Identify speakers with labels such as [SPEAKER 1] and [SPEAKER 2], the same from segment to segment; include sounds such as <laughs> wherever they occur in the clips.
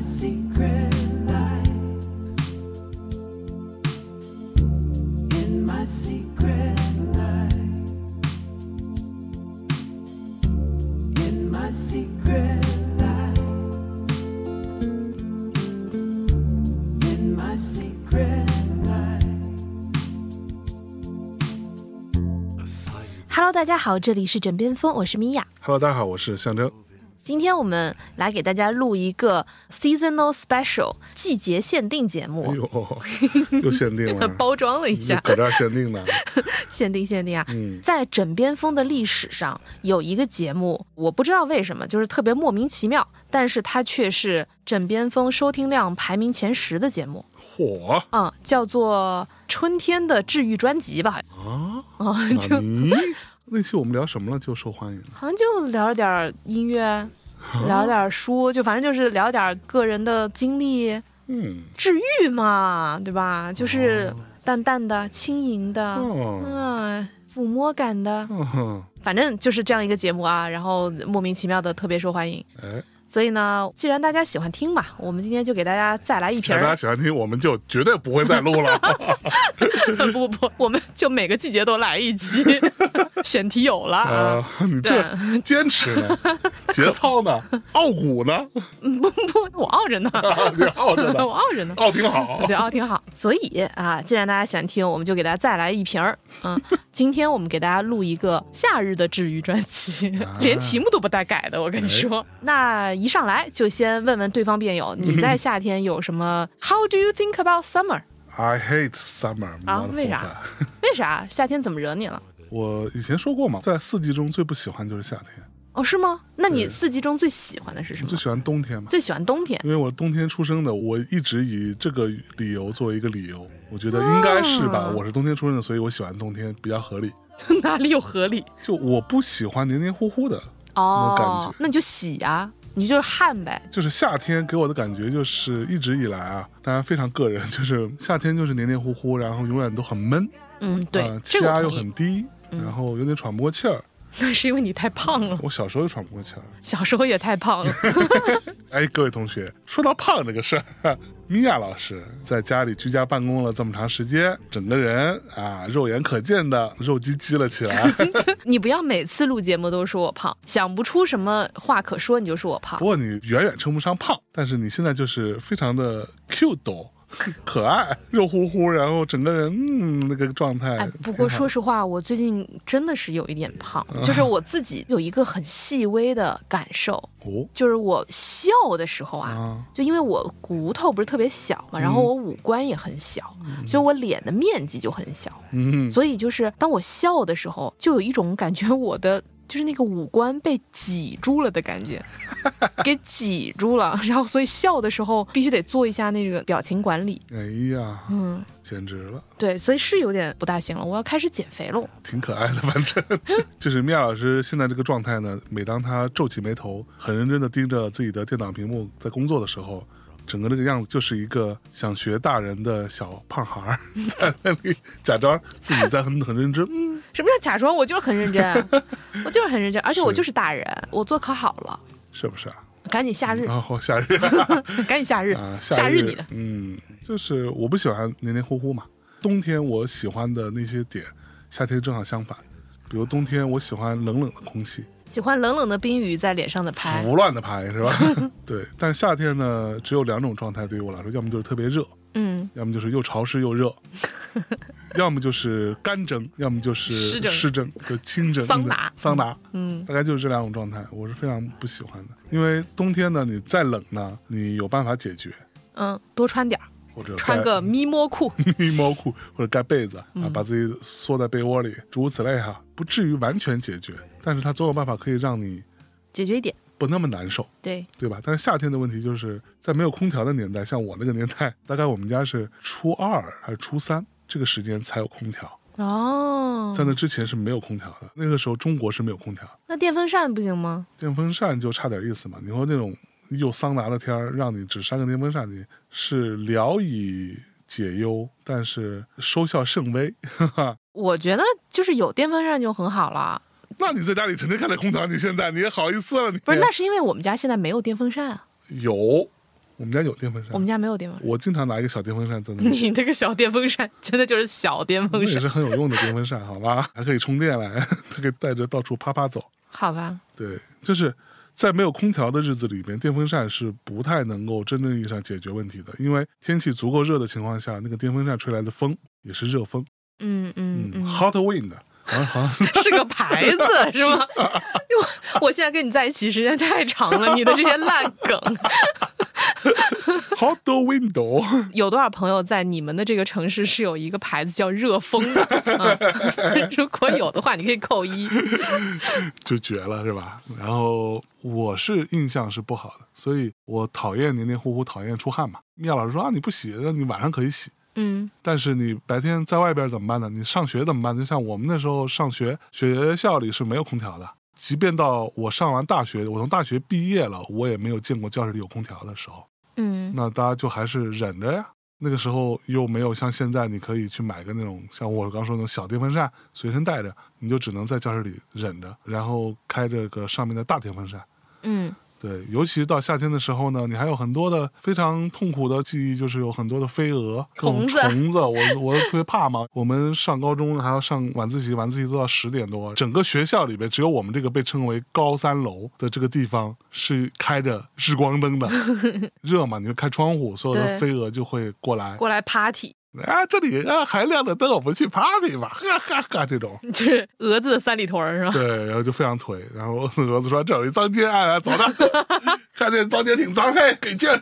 [SPEAKER 1] secret life. In my secret life. In my secret life. In my secret life.
[SPEAKER 2] Hello，大家好，这里是枕边风，我是米娅。
[SPEAKER 3] Hello，大家好，我是象征。
[SPEAKER 2] 今天我们来给大家录一个 seasonal special 季节限定节
[SPEAKER 3] 哎
[SPEAKER 2] 目，
[SPEAKER 3] 呦，又限
[SPEAKER 2] <laughs>
[SPEAKER 3] 定了，
[SPEAKER 2] 包装了一
[SPEAKER 3] 你
[SPEAKER 2] 下，
[SPEAKER 3] 搁这儿限定
[SPEAKER 2] <laughs>
[SPEAKER 3] 的，
[SPEAKER 2] 限定限定啊！
[SPEAKER 3] 嗯
[SPEAKER 2] 在枕边风的历史上，有一个节目，我不知道为什么，就是特别莫名其妙，但是它却是枕边风收听量排名前十的节目，
[SPEAKER 3] 火
[SPEAKER 2] 嗯，叫做《春天的治愈专辑》吧，好像
[SPEAKER 3] 啊！
[SPEAKER 2] 哦、就
[SPEAKER 3] 纳尼？那期我们聊什么了？就受欢迎了
[SPEAKER 2] 好像就聊了点儿音
[SPEAKER 3] 啊
[SPEAKER 2] 乐，聊了点儿书，就反正就是聊点儿个人的经历，
[SPEAKER 3] 嗯，
[SPEAKER 2] 治愈嘛，对吧？就是淡淡的、轻盈的，
[SPEAKER 3] 哦，
[SPEAKER 2] 嗯，抚摸感的，
[SPEAKER 3] 嗯，
[SPEAKER 2] 反正就是这样一个节目啊。然后莫名其妙的特别受欢迎，
[SPEAKER 3] 哎，
[SPEAKER 2] 所以呢，既然大家喜欢听嘛，我们今天就给大家再来一瓶
[SPEAKER 3] 大家
[SPEAKER 2] 儿。
[SPEAKER 3] 喜欢听，我们就绝对不会再
[SPEAKER 2] <laughs>
[SPEAKER 3] 录了。
[SPEAKER 2] 不不不，我们就每个季节都来一
[SPEAKER 3] <laughs>
[SPEAKER 2] 期，选题有了啊。
[SPEAKER 3] 啊，你这坚持呢，节操呢，傲骨呢， <laughs>
[SPEAKER 2] 不不，我傲着呢，
[SPEAKER 3] 你傲着呢
[SPEAKER 2] <laughs> 我，傲着呢。
[SPEAKER 3] 傲挺好。
[SPEAKER 2] <laughs> 对，哦，挺好。所以啊，既然大家喜欢听，我们就给大家再来一瓶儿。嗯，今天我们给大家录一个夏日的治愈专辑，
[SPEAKER 3] 啊
[SPEAKER 2] 连题目都不带改的。我跟你
[SPEAKER 3] 哎
[SPEAKER 2] 说，那一上来就先问问对方辩友，你
[SPEAKER 3] 嗯
[SPEAKER 2] 在夏天有什么？How do you think about summer？
[SPEAKER 3] I hate summer
[SPEAKER 2] 啊
[SPEAKER 3] motherfucker
[SPEAKER 2] 为啥为啥夏天怎么惹你了？
[SPEAKER 3] 我以前说过嘛，在四季中最不喜欢就是夏天，
[SPEAKER 2] 哦，是吗？那你
[SPEAKER 3] 对
[SPEAKER 2] 四季中最喜欢的是什
[SPEAKER 3] 我
[SPEAKER 2] 么
[SPEAKER 3] 最？喜欢冬天嘛。
[SPEAKER 2] 最喜欢冬天。
[SPEAKER 3] 因为我冬天出生的，我一直以这个理由作为一个理由，我觉得应该是吧。
[SPEAKER 2] 啊
[SPEAKER 3] 我是冬天出生的，所以我喜欢冬天，比较合理。
[SPEAKER 2] <laughs> 哪里有合理？
[SPEAKER 3] 就我不喜欢黏黏糊糊的，那种感
[SPEAKER 2] 哦
[SPEAKER 3] 觉，
[SPEAKER 2] 那你就洗啊，你就是汗呗。
[SPEAKER 3] 就是夏天给我的感觉就是一直以来啊，当然非常个人，就是夏天就是黏黏糊糊，然后永远都很闷，
[SPEAKER 2] 嗯，对
[SPEAKER 3] 呃，气
[SPEAKER 2] 这个
[SPEAKER 3] 压
[SPEAKER 2] 我
[SPEAKER 3] 又
[SPEAKER 2] 同意。嗯
[SPEAKER 3] 很低，然后有点喘不过气儿。
[SPEAKER 2] 那 <laughs> 是因为你太胖了，
[SPEAKER 3] <laughs> 我小时候就喘不过气儿。
[SPEAKER 2] 小时候也太胖了。
[SPEAKER 3] 哎，各位同学，说到胖这个事儿，米娅老师在家里居家办公了这么长时间，整个人啊，肉眼可见的肉鸡鸡了起来。 <laughs>
[SPEAKER 2] <laughs> 你不要每次录节目都说我胖，想不出什么话可说你就说我胖
[SPEAKER 3] 不。过你远远称不上胖，但是你现在就是非常的 cute，可 <laughs> 爱，肉乎乎，然后整个人嗯那个状态。
[SPEAKER 2] 哎，不过说实话，我最近真的是有一点
[SPEAKER 3] <laughs>
[SPEAKER 2] 胖，就是我自己有一个很细微的感受，
[SPEAKER 3] 哦
[SPEAKER 2] 就是我笑的时候啊，
[SPEAKER 3] 啊，嗯
[SPEAKER 2] 就因为我骨头不是特别小嘛，然后我五官也很小，所以我脸的面积就很小，
[SPEAKER 3] 嗯，
[SPEAKER 2] 所以就是当我笑的时候，就有一种感觉我的。就是那个五官被挤住了的感
[SPEAKER 3] <laughs>
[SPEAKER 2] 觉，给挤住了，然后所以笑的时候必须得做一下那个表情管理。
[SPEAKER 3] 哎呀，
[SPEAKER 2] 嗯，
[SPEAKER 3] 简直了，
[SPEAKER 2] 对，所以是有点不大行了，我要开始减肥喽。
[SPEAKER 3] 挺可爱的， <laughs> 反
[SPEAKER 2] <laughs>
[SPEAKER 3] 正就是米娅老师现在这个状态呢。每当她皱起眉头，很认真的盯着自己的电脑屏幕在工作的时候。整个那个样子就是一个想学大人的小胖
[SPEAKER 2] <laughs>
[SPEAKER 3] 孩儿，在那里假装自己在很很认真，嗯
[SPEAKER 2] 什么叫假装？我就是很认真，啊我就是很认真，而且我就是大人，我做可好了，
[SPEAKER 3] 是不是啊？
[SPEAKER 2] 赶紧夏日，
[SPEAKER 3] 然后
[SPEAKER 2] <laughs>
[SPEAKER 3] 夏日，
[SPEAKER 2] 赶紧夏日，
[SPEAKER 3] 啊，
[SPEAKER 2] 夏
[SPEAKER 3] 日
[SPEAKER 2] 你的，
[SPEAKER 3] 嗯，就是我不喜欢黏黏糊糊嘛。冬天我喜欢的那些点，夏天正好相反。比如冬天我喜欢冷冷的空气，
[SPEAKER 2] 喜欢冷冷的冰雨在脸上的拍，
[SPEAKER 3] 胡乱的拍是吧？ <laughs> 对，但是夏天呢，只有两种状态对于我来说，要么就是特别热，
[SPEAKER 2] 嗯，
[SPEAKER 3] 要么就是又潮湿又热， <laughs> 要么就是干蒸，要么就是
[SPEAKER 2] 湿蒸
[SPEAKER 3] 湿蒸，就清蒸
[SPEAKER 2] 桑拿
[SPEAKER 3] 桑拿，
[SPEAKER 2] 嗯，
[SPEAKER 3] 大概就是这两种状态，我是非常不喜欢的。因为冬天呢，你再冷呢，你有办法解决，
[SPEAKER 2] 嗯，多穿点儿，
[SPEAKER 3] 或者
[SPEAKER 2] 穿
[SPEAKER 3] 盖
[SPEAKER 2] 个嗯咪摸裤，
[SPEAKER 3] <laughs> 咪猫裤或者盖被子啊，把自己缩在被窝里，诸如此类哈，不至于完全解决，但是它总有办法可以让你
[SPEAKER 2] 解决一点。
[SPEAKER 3] 不那么难受，
[SPEAKER 2] 对，
[SPEAKER 3] 对吧？但是夏天的问题就是在没有空调的年代，像我那个年代，大概我们家是初二还是初三这个时间才有空调，
[SPEAKER 2] 哦，
[SPEAKER 3] 在那之前是没有空调的。那个时候中国是没有空调，
[SPEAKER 2] 那电风扇不行吗？
[SPEAKER 3] 电风扇就差点意思嘛。你说那种又桑拿的天儿，让你只扇个电风扇，你是聊以解忧，但是收效甚微。
[SPEAKER 2] 我觉得就是有电风扇就很好了。
[SPEAKER 3] 那你在家里成天开着空调，你现在你也好意思了？你
[SPEAKER 2] 不是，那是因为我们家现在没有电风扇啊。
[SPEAKER 3] 有，我们家有电风扇，
[SPEAKER 2] 我们家没有电风扇。
[SPEAKER 3] 啊我经常拿一个小电风扇在那里，
[SPEAKER 2] <laughs> 你那个小电风扇真的就是小电
[SPEAKER 3] 那
[SPEAKER 2] 风
[SPEAKER 3] 也
[SPEAKER 2] 扇，
[SPEAKER 3] 是很有用的电风扇，好吧？还可以充电来，它可以带着到处啪啪走。
[SPEAKER 2] 好吧？
[SPEAKER 3] 对，就是在没有空调的日子里面，电风扇是不太能够真正意义上解决问题的，因为天气足够热的情况下，那个电风扇吹来的风也是热风，
[SPEAKER 2] 嗯嗯
[SPEAKER 3] 嗯
[SPEAKER 2] 嗯，
[SPEAKER 3] ，hot wind，好像
[SPEAKER 2] <laughs>
[SPEAKER 3] 好像
[SPEAKER 2] 是个牌
[SPEAKER 3] <laughs>
[SPEAKER 2] 子是吗？我我现在跟你在一起时间太长了，你的这些烂梗， <laughs>
[SPEAKER 3] hot window，
[SPEAKER 2] 有多少朋友在你们的这个城市是有一个牌子叫热风的？嗯、 <laughs> 如果有的话，你可以扣一。
[SPEAKER 3] 就绝了是吧？然后我是印象是不好的，所以我讨厌黏黏糊糊，讨厌出汗嘛。妙老师说啊，你不洗，那你晚上可以洗。
[SPEAKER 2] 嗯
[SPEAKER 3] 但是你白天在外边怎么办呢？你上学怎么办？就像我们那时候上学，学校里是没有空调的。即便到我上完大学，我从大学毕业了，我也没有见过教室里有空调的时候。
[SPEAKER 2] 嗯
[SPEAKER 3] 那大家就还是忍着呀。那个时候又没有像现在，你可以去买个那种像我刚说那种小电风扇随身带着，你就只能在教室里忍着，然后开着个上面的大电风扇。
[SPEAKER 2] 嗯
[SPEAKER 3] 对，尤其到夏天的时候呢，你还有很多的非常痛苦的记忆，就是有很多的飞蛾、各种
[SPEAKER 2] 虫子
[SPEAKER 3] 虫子，我我特别怕嘛。我们上高中还要上晚自习，晚自习都到十点多，整个学校里边只有我们这个被称为高三楼的这个地方是开着日光灯
[SPEAKER 2] <laughs>
[SPEAKER 3] 的，热嘛，你就开窗户，所有
[SPEAKER 2] 对
[SPEAKER 3] 的飞蛾就会过来。
[SPEAKER 2] 过来 party
[SPEAKER 3] 啊，这里啊还亮着灯，我们去 party 吧，哈哈哈，这种。
[SPEAKER 2] 就是蛾子的三里屯儿是吧？
[SPEAKER 3] <laughs> 对，然后就非常颓。然后 <laughs> 蛾子说：“这有一脏街，哎，走的，
[SPEAKER 2] <laughs>
[SPEAKER 3] 看见脏街挺脏，嘿，给劲儿。”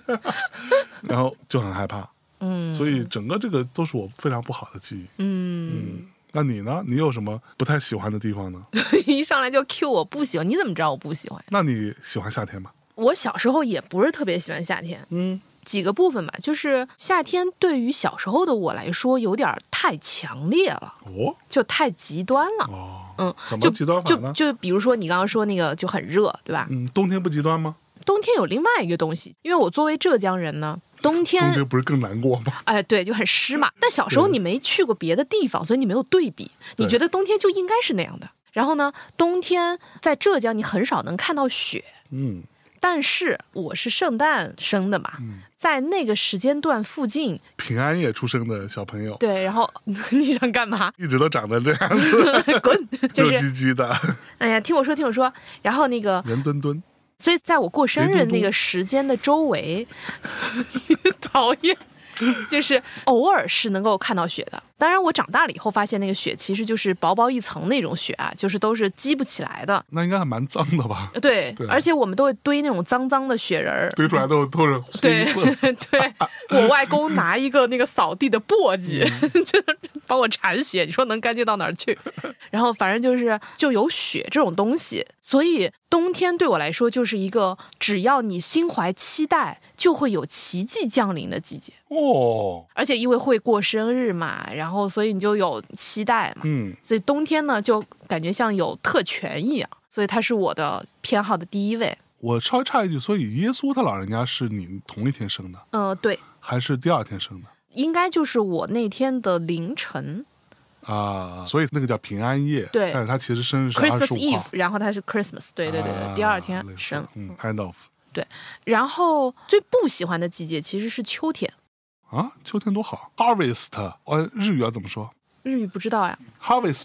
[SPEAKER 3] 然后就很害怕，
[SPEAKER 2] 嗯
[SPEAKER 3] 所以整个这个都是我非常不好的记忆。
[SPEAKER 2] 嗯，
[SPEAKER 3] 那你呢？你有什么不太喜欢的地方呢？
[SPEAKER 2] <laughs> 一上来就 cue 我不喜欢，你怎么知道我不喜欢呀？
[SPEAKER 3] 那你喜欢夏天吗？
[SPEAKER 2] 我小时候也不是特别喜欢夏天，
[SPEAKER 3] 嗯，
[SPEAKER 2] 几个部分吧，就是夏天对于小时候的我来说有点儿太强烈了，
[SPEAKER 3] 哦
[SPEAKER 2] 就太极端了。
[SPEAKER 3] 哦，
[SPEAKER 2] 嗯，
[SPEAKER 3] 怎么
[SPEAKER 2] 就
[SPEAKER 3] 极端法
[SPEAKER 2] 就
[SPEAKER 3] 呢？
[SPEAKER 2] 就比如说你刚刚说那个就很热，对吧？
[SPEAKER 3] 嗯，冬天不极端吗？
[SPEAKER 2] 冬天有另外一个东西，因为我作为浙江人呢，冬
[SPEAKER 3] 冬
[SPEAKER 2] 天
[SPEAKER 3] 天不是更难过吗？
[SPEAKER 2] 哎对就很湿嘛。但小时候
[SPEAKER 3] 对
[SPEAKER 2] 你没去过别的地方，所以你没有对比，你
[SPEAKER 3] 对
[SPEAKER 2] 觉得冬天就应该是那样的。然后呢，冬天在浙江你很少能看到雪，
[SPEAKER 3] 嗯，
[SPEAKER 2] 但是我是圣诞生的嘛，在那个时间段附近，
[SPEAKER 3] 平安夜出生的小朋友
[SPEAKER 2] 对，然后 <laughs> 你想干 <laughs> 嘛？
[SPEAKER 3] 一直都长得这样子，
[SPEAKER 2] 滚！ <laughs> 就
[SPEAKER 3] <laughs> 肉
[SPEAKER 2] 是
[SPEAKER 3] 唧唧的，
[SPEAKER 2] 哎呀，听我说，听我说。然后那个，
[SPEAKER 3] 圆墩墩。
[SPEAKER 2] 所以在我过生日
[SPEAKER 3] 嘟嘟
[SPEAKER 2] 那个时间的周围， <laughs> 讨厌。就是偶尔是能够看到雪的，当然我长大了以后发现那个雪其实就是薄薄一层那种雪啊，就是都是积不起来的。
[SPEAKER 3] 那应该还蛮脏的吧？
[SPEAKER 2] 呃对，
[SPEAKER 3] 对啊
[SPEAKER 2] 而且我们都会堆那种脏脏的雪人儿。
[SPEAKER 3] 堆出来都都是灰
[SPEAKER 2] 对
[SPEAKER 3] 色
[SPEAKER 2] 对，我外公拿一个那个扫地的簸箕， <laughs> 就是帮我铲雪，你说能干净到哪儿去？ <laughs> 然后反正就是就有雪这种东西，所以冬天对我来说就是一个只要你心怀期待，就会有奇迹降临的季节。
[SPEAKER 3] 哦，
[SPEAKER 2] 而且因为会过生日嘛，然后所以你就有期待嘛，
[SPEAKER 3] 嗯，
[SPEAKER 2] 所以冬天呢就感觉像有特权一样，所以它是我的偏好的第一位。
[SPEAKER 3] 我稍微插一句，所以耶稣他老人家是你同一天生的，
[SPEAKER 2] 嗯、对，
[SPEAKER 3] 还是第二天生的
[SPEAKER 2] 应该就是我那天的凌晨。
[SPEAKER 3] 啊？所以那个叫平安夜，
[SPEAKER 2] 对
[SPEAKER 3] 但是他其实生日是二
[SPEAKER 2] Christmas
[SPEAKER 3] 十五
[SPEAKER 2] Eve，
[SPEAKER 3] 号，
[SPEAKER 2] 然后他是 Christmas，对对对对，
[SPEAKER 3] 啊
[SPEAKER 2] 第二天
[SPEAKER 3] 类似
[SPEAKER 2] 生。
[SPEAKER 3] 嗯，kind of
[SPEAKER 2] 然后最不喜欢的季节其实是秋天，
[SPEAKER 3] 啊，秋天多好，harvest，呃、日语要怎么说
[SPEAKER 2] 日语不知道呀，
[SPEAKER 3] ？harvest，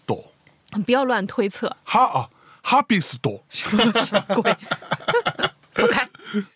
[SPEAKER 2] 不要乱推测， <laughs>
[SPEAKER 3] 哈啊，harvest，
[SPEAKER 2] 什么什么鬼。 <laughs> 走开！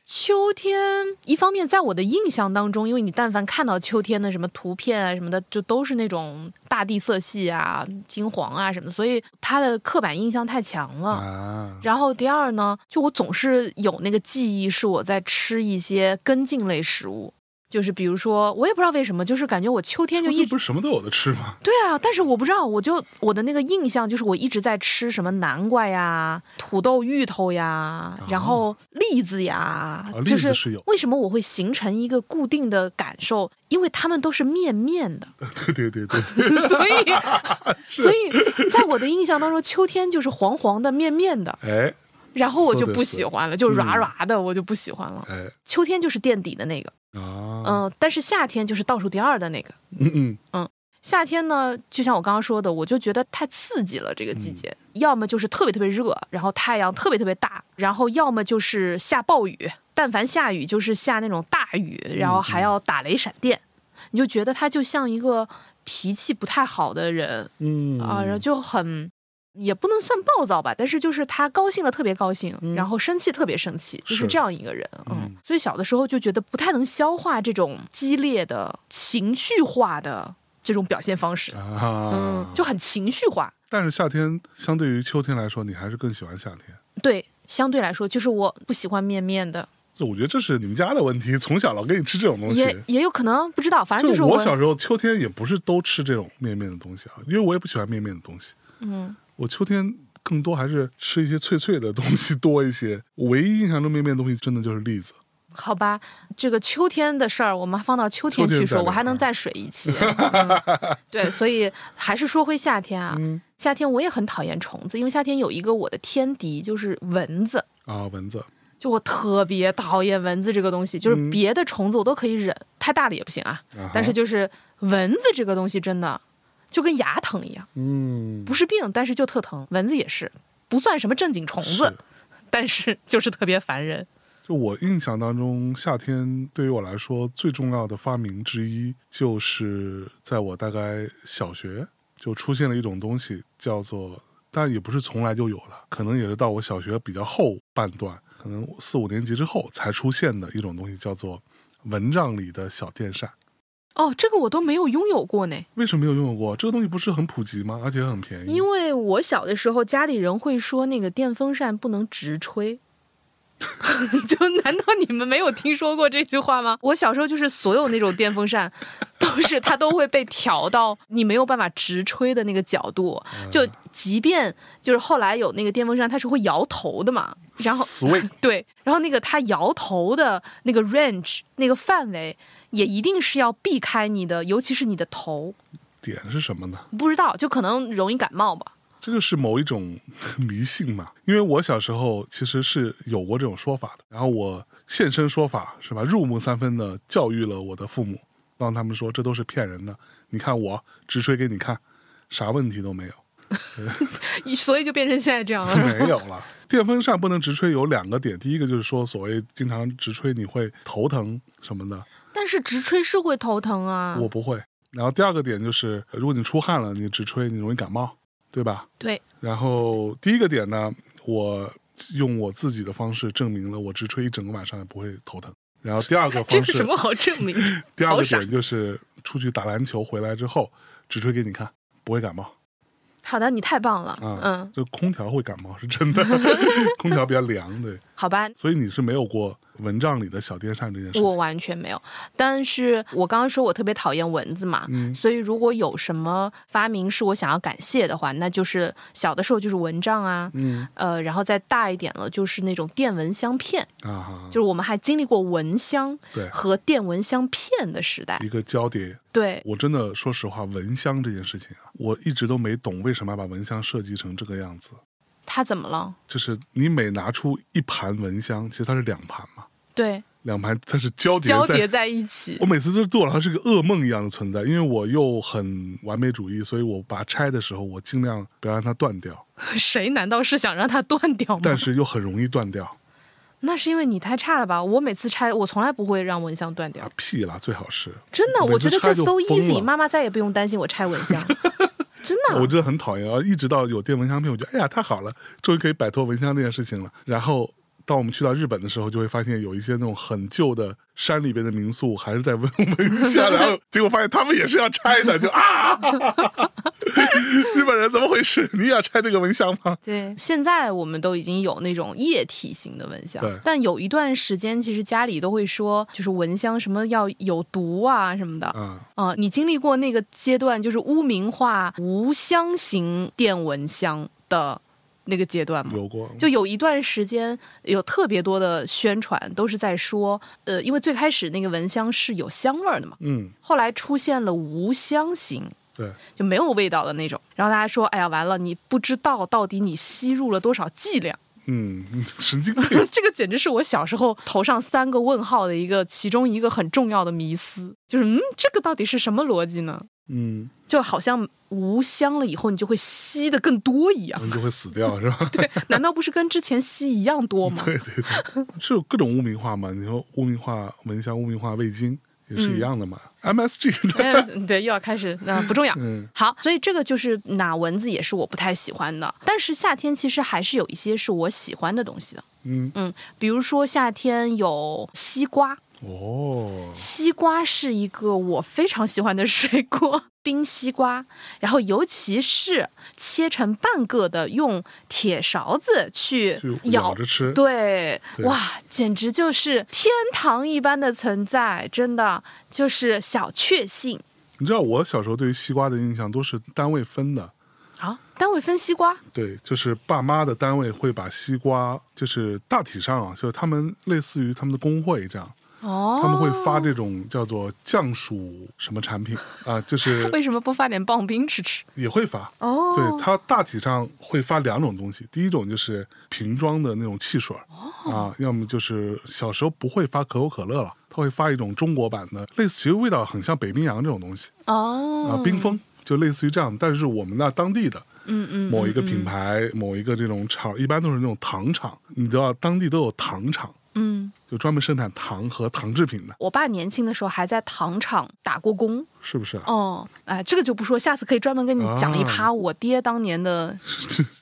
[SPEAKER 2] 秋天一方面在我的印象当中，因为你但凡看到秋天的什么图片啊什么的，就都是那种大地色系啊、金黄啊什么的，所以它的刻板印象太强了。
[SPEAKER 3] 啊，
[SPEAKER 2] 然后第二呢，就我总是有那个记忆，是我在吃一些根茎类食物，就是比如说，我也不知道为什么，就是感觉我秋天就一
[SPEAKER 3] 这
[SPEAKER 2] 直
[SPEAKER 3] 不是什么都有的吃吗？
[SPEAKER 2] 对啊，但是我不知道，我就我的那个印象就是我一直在吃什么南瓜呀、土豆、芋头呀，然后栗子呀，
[SPEAKER 3] 啊栗
[SPEAKER 2] 就
[SPEAKER 3] 子是有
[SPEAKER 2] 为什么我会形成一个固定的感受？因为它们都是面面
[SPEAKER 3] <laughs>
[SPEAKER 2] 的，
[SPEAKER 3] 对对对对对，
[SPEAKER 2] 所以所以在我的印象当中，秋天就是黄黄的、面面的。
[SPEAKER 3] 哎
[SPEAKER 2] 然后我
[SPEAKER 3] 说
[SPEAKER 2] 就
[SPEAKER 3] 得
[SPEAKER 2] 不
[SPEAKER 3] 是
[SPEAKER 2] 喜欢了，就软
[SPEAKER 3] 嗯
[SPEAKER 2] 软的，我就不喜欢了。
[SPEAKER 3] 哎
[SPEAKER 2] 秋天就是垫底的那个，
[SPEAKER 3] 啊，
[SPEAKER 2] 嗯、但是夏天就是倒数第二的那个。
[SPEAKER 3] 嗯嗯，
[SPEAKER 2] 夏天呢，就像我刚刚说
[SPEAKER 3] 嗯
[SPEAKER 2] 的，我就觉得太刺激了，这个季节，要么就是特别特别热，然后太阳特别特别大，然后要么就是下暴雨，但凡下雨就是下那种大雨，然后
[SPEAKER 3] 嗯
[SPEAKER 2] 还要打雷闪电，你就觉得他就像一个脾气不太好的人
[SPEAKER 3] 嗯
[SPEAKER 2] 啊，然后就很。也不能算暴躁吧，但是就是他高兴的特别高兴，然后生气特别生气，就是
[SPEAKER 3] 是
[SPEAKER 2] 这样一个人。嗯，
[SPEAKER 3] 嗯
[SPEAKER 2] 所以小的时候就觉得不太能消化这种激烈的情绪化的这种表现方式，
[SPEAKER 3] 啊，
[SPEAKER 2] 嗯，就很情绪化。
[SPEAKER 3] 但是夏天相对于秋天来说，你还是更喜欢夏天。
[SPEAKER 2] 对，相对来说，就是我不喜欢面面的，
[SPEAKER 3] 这我觉得这是你们家的问题， <laughs> 从小老给你吃这种东西。
[SPEAKER 2] 也也有可能不知道，反正就是
[SPEAKER 3] 我小时候秋天也不是都吃这种面面的东西啊，因为我也不喜欢面面的东西。
[SPEAKER 2] 嗯，
[SPEAKER 3] 我秋天更多还是吃一些脆脆的东西多一些。唯一印象中面面的东西真的就是栗子。
[SPEAKER 2] 好吧，这个秋天的事儿我们放到秋天
[SPEAKER 3] 秋天
[SPEAKER 2] 去
[SPEAKER 3] 再
[SPEAKER 2] 说，
[SPEAKER 3] 聊
[SPEAKER 2] 我还能再水一
[SPEAKER 3] <laughs>
[SPEAKER 2] 期。嗯对，所以还是说回夏天啊，
[SPEAKER 3] 嗯
[SPEAKER 2] 夏天我也很讨厌虫子，因为夏天有一个我的天敌就是蚊子。
[SPEAKER 3] 啊，蚊子
[SPEAKER 2] 就我特别讨厌蚊子这个东西，就是别的虫子我都可以忍，太大的也不行啊。
[SPEAKER 3] 嗯啊哈
[SPEAKER 2] 但是就是蚊子这个东西真的就跟牙疼一样，
[SPEAKER 3] 嗯，
[SPEAKER 2] 不是病，但是就特疼。蚊子也是，不算什么正经虫子，
[SPEAKER 3] 是
[SPEAKER 2] 但是就是特别烦人。
[SPEAKER 3] 就我印象当中，夏天对于我来说最重要的发明之一，就是在我大概小学就出现了一种东西，叫做，但也不是从来就有的，可能也是到我小学比较后半段，可能四五年级之后才出现的一种东西，叫做蚊帐里的小电扇。
[SPEAKER 2] 哦，这个我都没有拥有过呢，
[SPEAKER 3] 为什么没有拥有过？这个东西不是很普及吗？而且很便宜。
[SPEAKER 2] 因为我小的时候家里人会说那个电风扇不能直吹。就难道你们没有听说过这句话吗？我小时候就是所有那种电风扇，都是它都会被调到你没有办法直吹的那个角度。就即便就是后来有那个电风扇，它是会摇头的嘛，然
[SPEAKER 3] <laughs>
[SPEAKER 2] 后
[SPEAKER 3] Swing
[SPEAKER 2] 对，然后那个它摇头的那个 range 那个范围，也一定是要避开你的，尤其是你的头。
[SPEAKER 3] 点是什么呢？
[SPEAKER 2] 不知道，就可能容易感冒吧。
[SPEAKER 3] 这就是某一种 <laughs> 迷信嘛。因为我小时候其实是有过这种说法的，然后我现身说法是吧，入木三分的教育了我的父母，让他们说这都是骗人的。你看我直吹给你看，啥问题都没有，
[SPEAKER 2] 所以就变成现在这样了。
[SPEAKER 3] <laughs> 没有了。电风扇不能直吹有两个点，第一个就是说所谓经常直吹你会头疼什么的，
[SPEAKER 2] 但是直吹是会头疼啊。
[SPEAKER 3] 我不会。然后第二个点就是，如果你出汗了，你直吹你容易感冒，对吧？
[SPEAKER 2] 对，
[SPEAKER 3] 然后第一个点呢，我用我自己的方式证明了我直吹一整个晚上也不会头疼。然后第二个
[SPEAKER 2] <laughs> 这
[SPEAKER 3] 方
[SPEAKER 2] 是
[SPEAKER 3] 式
[SPEAKER 2] 什，么好证明的？
[SPEAKER 3] <laughs> 第二
[SPEAKER 2] 好
[SPEAKER 3] 个
[SPEAKER 2] 傻
[SPEAKER 3] 点就是出去打篮球回来之后直吹给你看，不会感冒
[SPEAKER 2] 好的，你太棒了。
[SPEAKER 3] 啊。
[SPEAKER 2] 嗯，
[SPEAKER 3] 这空调会感冒是
[SPEAKER 2] <laughs>
[SPEAKER 3] 真的，空调比较凉，对。
[SPEAKER 2] 好吧，
[SPEAKER 3] 所以你是没有过蚊帐里的小电扇这件事
[SPEAKER 2] 我
[SPEAKER 3] 情。
[SPEAKER 2] 完全没有。但是我刚刚说我特别讨厌蚊子嘛，
[SPEAKER 3] 嗯
[SPEAKER 2] 所以如果有什么发明是我想要感谢的话，那就是小的时候就是蚊帐啊，
[SPEAKER 3] 嗯
[SPEAKER 2] 呃，然后再大一点了就是那种电蚊香片，
[SPEAKER 3] 啊哈
[SPEAKER 2] 就，是我们还经历过蚊香
[SPEAKER 3] 对，
[SPEAKER 2] 和电蚊香片的时代
[SPEAKER 3] 一。个交叠。
[SPEAKER 2] 对，
[SPEAKER 3] 我真的说实话，蚊香这件事情啊，我一直都没懂为什么要把蚊香设计成这个样子。
[SPEAKER 2] 它怎么了？
[SPEAKER 3] 就是你每拿出一盘蚊香，其实它是两盘嘛，
[SPEAKER 2] 对，
[SPEAKER 3] 两盘它是交叠
[SPEAKER 2] 交
[SPEAKER 3] 在。
[SPEAKER 2] 叠在一起
[SPEAKER 3] 我。每次都对我来说是个噩梦一样的存在，因为我又很完美主义，所以我把它拆的时候，我尽量不要让它断掉，
[SPEAKER 2] 谁难道是想让它断掉吗？
[SPEAKER 3] 但是又很容易断掉。
[SPEAKER 2] 那是因为你太差了吧？我每次拆，我从来不会让蚊香断掉
[SPEAKER 3] 啊，屁啦，最好是。
[SPEAKER 2] 嗯真的，
[SPEAKER 3] 每次
[SPEAKER 2] 我觉得这
[SPEAKER 3] 拆就
[SPEAKER 2] so
[SPEAKER 3] 疯了
[SPEAKER 2] easy，妈妈再也不用担心我拆蚊
[SPEAKER 3] <laughs>
[SPEAKER 2] 香，真
[SPEAKER 3] 我
[SPEAKER 2] 的。
[SPEAKER 3] 真的很讨厌啊！一直到有电蚊香片，我觉得哎呀太好了，终于可以摆脱蚊香这件事情了。然后当我们去到日本的时候，就会发现有一些那种很旧的山里边的民宿还是在闻蚊香，然后结果发现他们也是要拆的，就
[SPEAKER 2] <laughs>
[SPEAKER 3] 啊！ <laughs> 日本人怎么回事？你也要拆这个蚊香吗？
[SPEAKER 2] 对，现在我们都已经有那种液体型的蚊香
[SPEAKER 3] 对，
[SPEAKER 2] 但有一段时间，其实家里都会说，就是蚊香什么要有毒啊什么的。
[SPEAKER 3] 啊，
[SPEAKER 2] 啊、你经历过那个阶段，就是污名化无香型电蚊香的那个阶段吗？
[SPEAKER 3] 有过，
[SPEAKER 2] 就有一段时间有特别多的宣传，都是在说，呃，因为最开始那个蚊香是有香味儿的嘛，
[SPEAKER 3] 嗯，
[SPEAKER 2] 后来出现了无香型，
[SPEAKER 3] 对，
[SPEAKER 2] 就没有味道的那种。然后大家说，哎呀，完了，你不知道到底你吸入了多少剂量，
[SPEAKER 3] 嗯，神
[SPEAKER 2] <laughs>
[SPEAKER 3] 经病
[SPEAKER 2] 这个简直是我小时候头上三个问号的一个其中一个很重要的迷思，就是嗯，这个到底是什么逻辑呢？
[SPEAKER 3] 嗯，
[SPEAKER 2] 就好像无香了以后你就会吸的更多一样。 <laughs>
[SPEAKER 3] 你就会死掉是吧？ <laughs>
[SPEAKER 2] 对，难道不是跟之前吸一样多吗？
[SPEAKER 3] 对对对，是有各种污名化嘛？你说污名化蚊香、污名化味精也是一样的嘛、m s g
[SPEAKER 2] 嗯，对，又要开始，那、不重要。
[SPEAKER 3] 嗯
[SPEAKER 2] 好，所以这个就是哪蚊子也是我不太喜欢的，但是夏天其实还是有一些是我喜欢的东西的。
[SPEAKER 3] 嗯，
[SPEAKER 2] 嗯，比如说夏天有西瓜，
[SPEAKER 3] <laughs> 哦，
[SPEAKER 2] 西瓜是一个我非常喜欢的水果， <laughs> 冰西瓜，然后尤其是切成半个的，用铁勺子去
[SPEAKER 3] 就
[SPEAKER 2] 咬
[SPEAKER 3] 咬着吃，
[SPEAKER 2] 对，
[SPEAKER 3] 对
[SPEAKER 2] 哇，简直就是天堂一般的存在，真的就是小确幸
[SPEAKER 3] 你知道我小时候对于西瓜的印象都是单位分的，
[SPEAKER 2] 啊！单位分西瓜，
[SPEAKER 3] 对，就是爸妈的单位会把西瓜，就是大体上啊，就是他们类似于他们的工会这样，
[SPEAKER 2] 哦，
[SPEAKER 3] 他们会发这种叫做降暑什么产品 <laughs> 啊，就是
[SPEAKER 2] <laughs> 为什么不发点棒冰吃吃？
[SPEAKER 3] 也会 <laughs> 发。
[SPEAKER 2] 哦，
[SPEAKER 3] 对，它大体上会发两种东西，第一种就是瓶装的那种汽水儿、啊，要么就是小时候不会发可口可乐了，它会发一种中国版的，类似其实味道很像北冰洋这种东西
[SPEAKER 2] 哦，
[SPEAKER 3] 啊，冰峰就类似于这样，但是我们那当地的
[SPEAKER 2] 嗯嗯，
[SPEAKER 3] 某一个品牌、某一个这种厂，一般都是那种糖厂，你知道当地都有糖厂，
[SPEAKER 2] 嗯，
[SPEAKER 3] 就专门生产糖和糖制品的，
[SPEAKER 2] 我爸年轻的时候还在糖厂打过工，
[SPEAKER 3] 是不是 <laughs> 啊？
[SPEAKER 2] 哦，哎，这个就不说，下次可以专门跟你讲一趴我爹当年的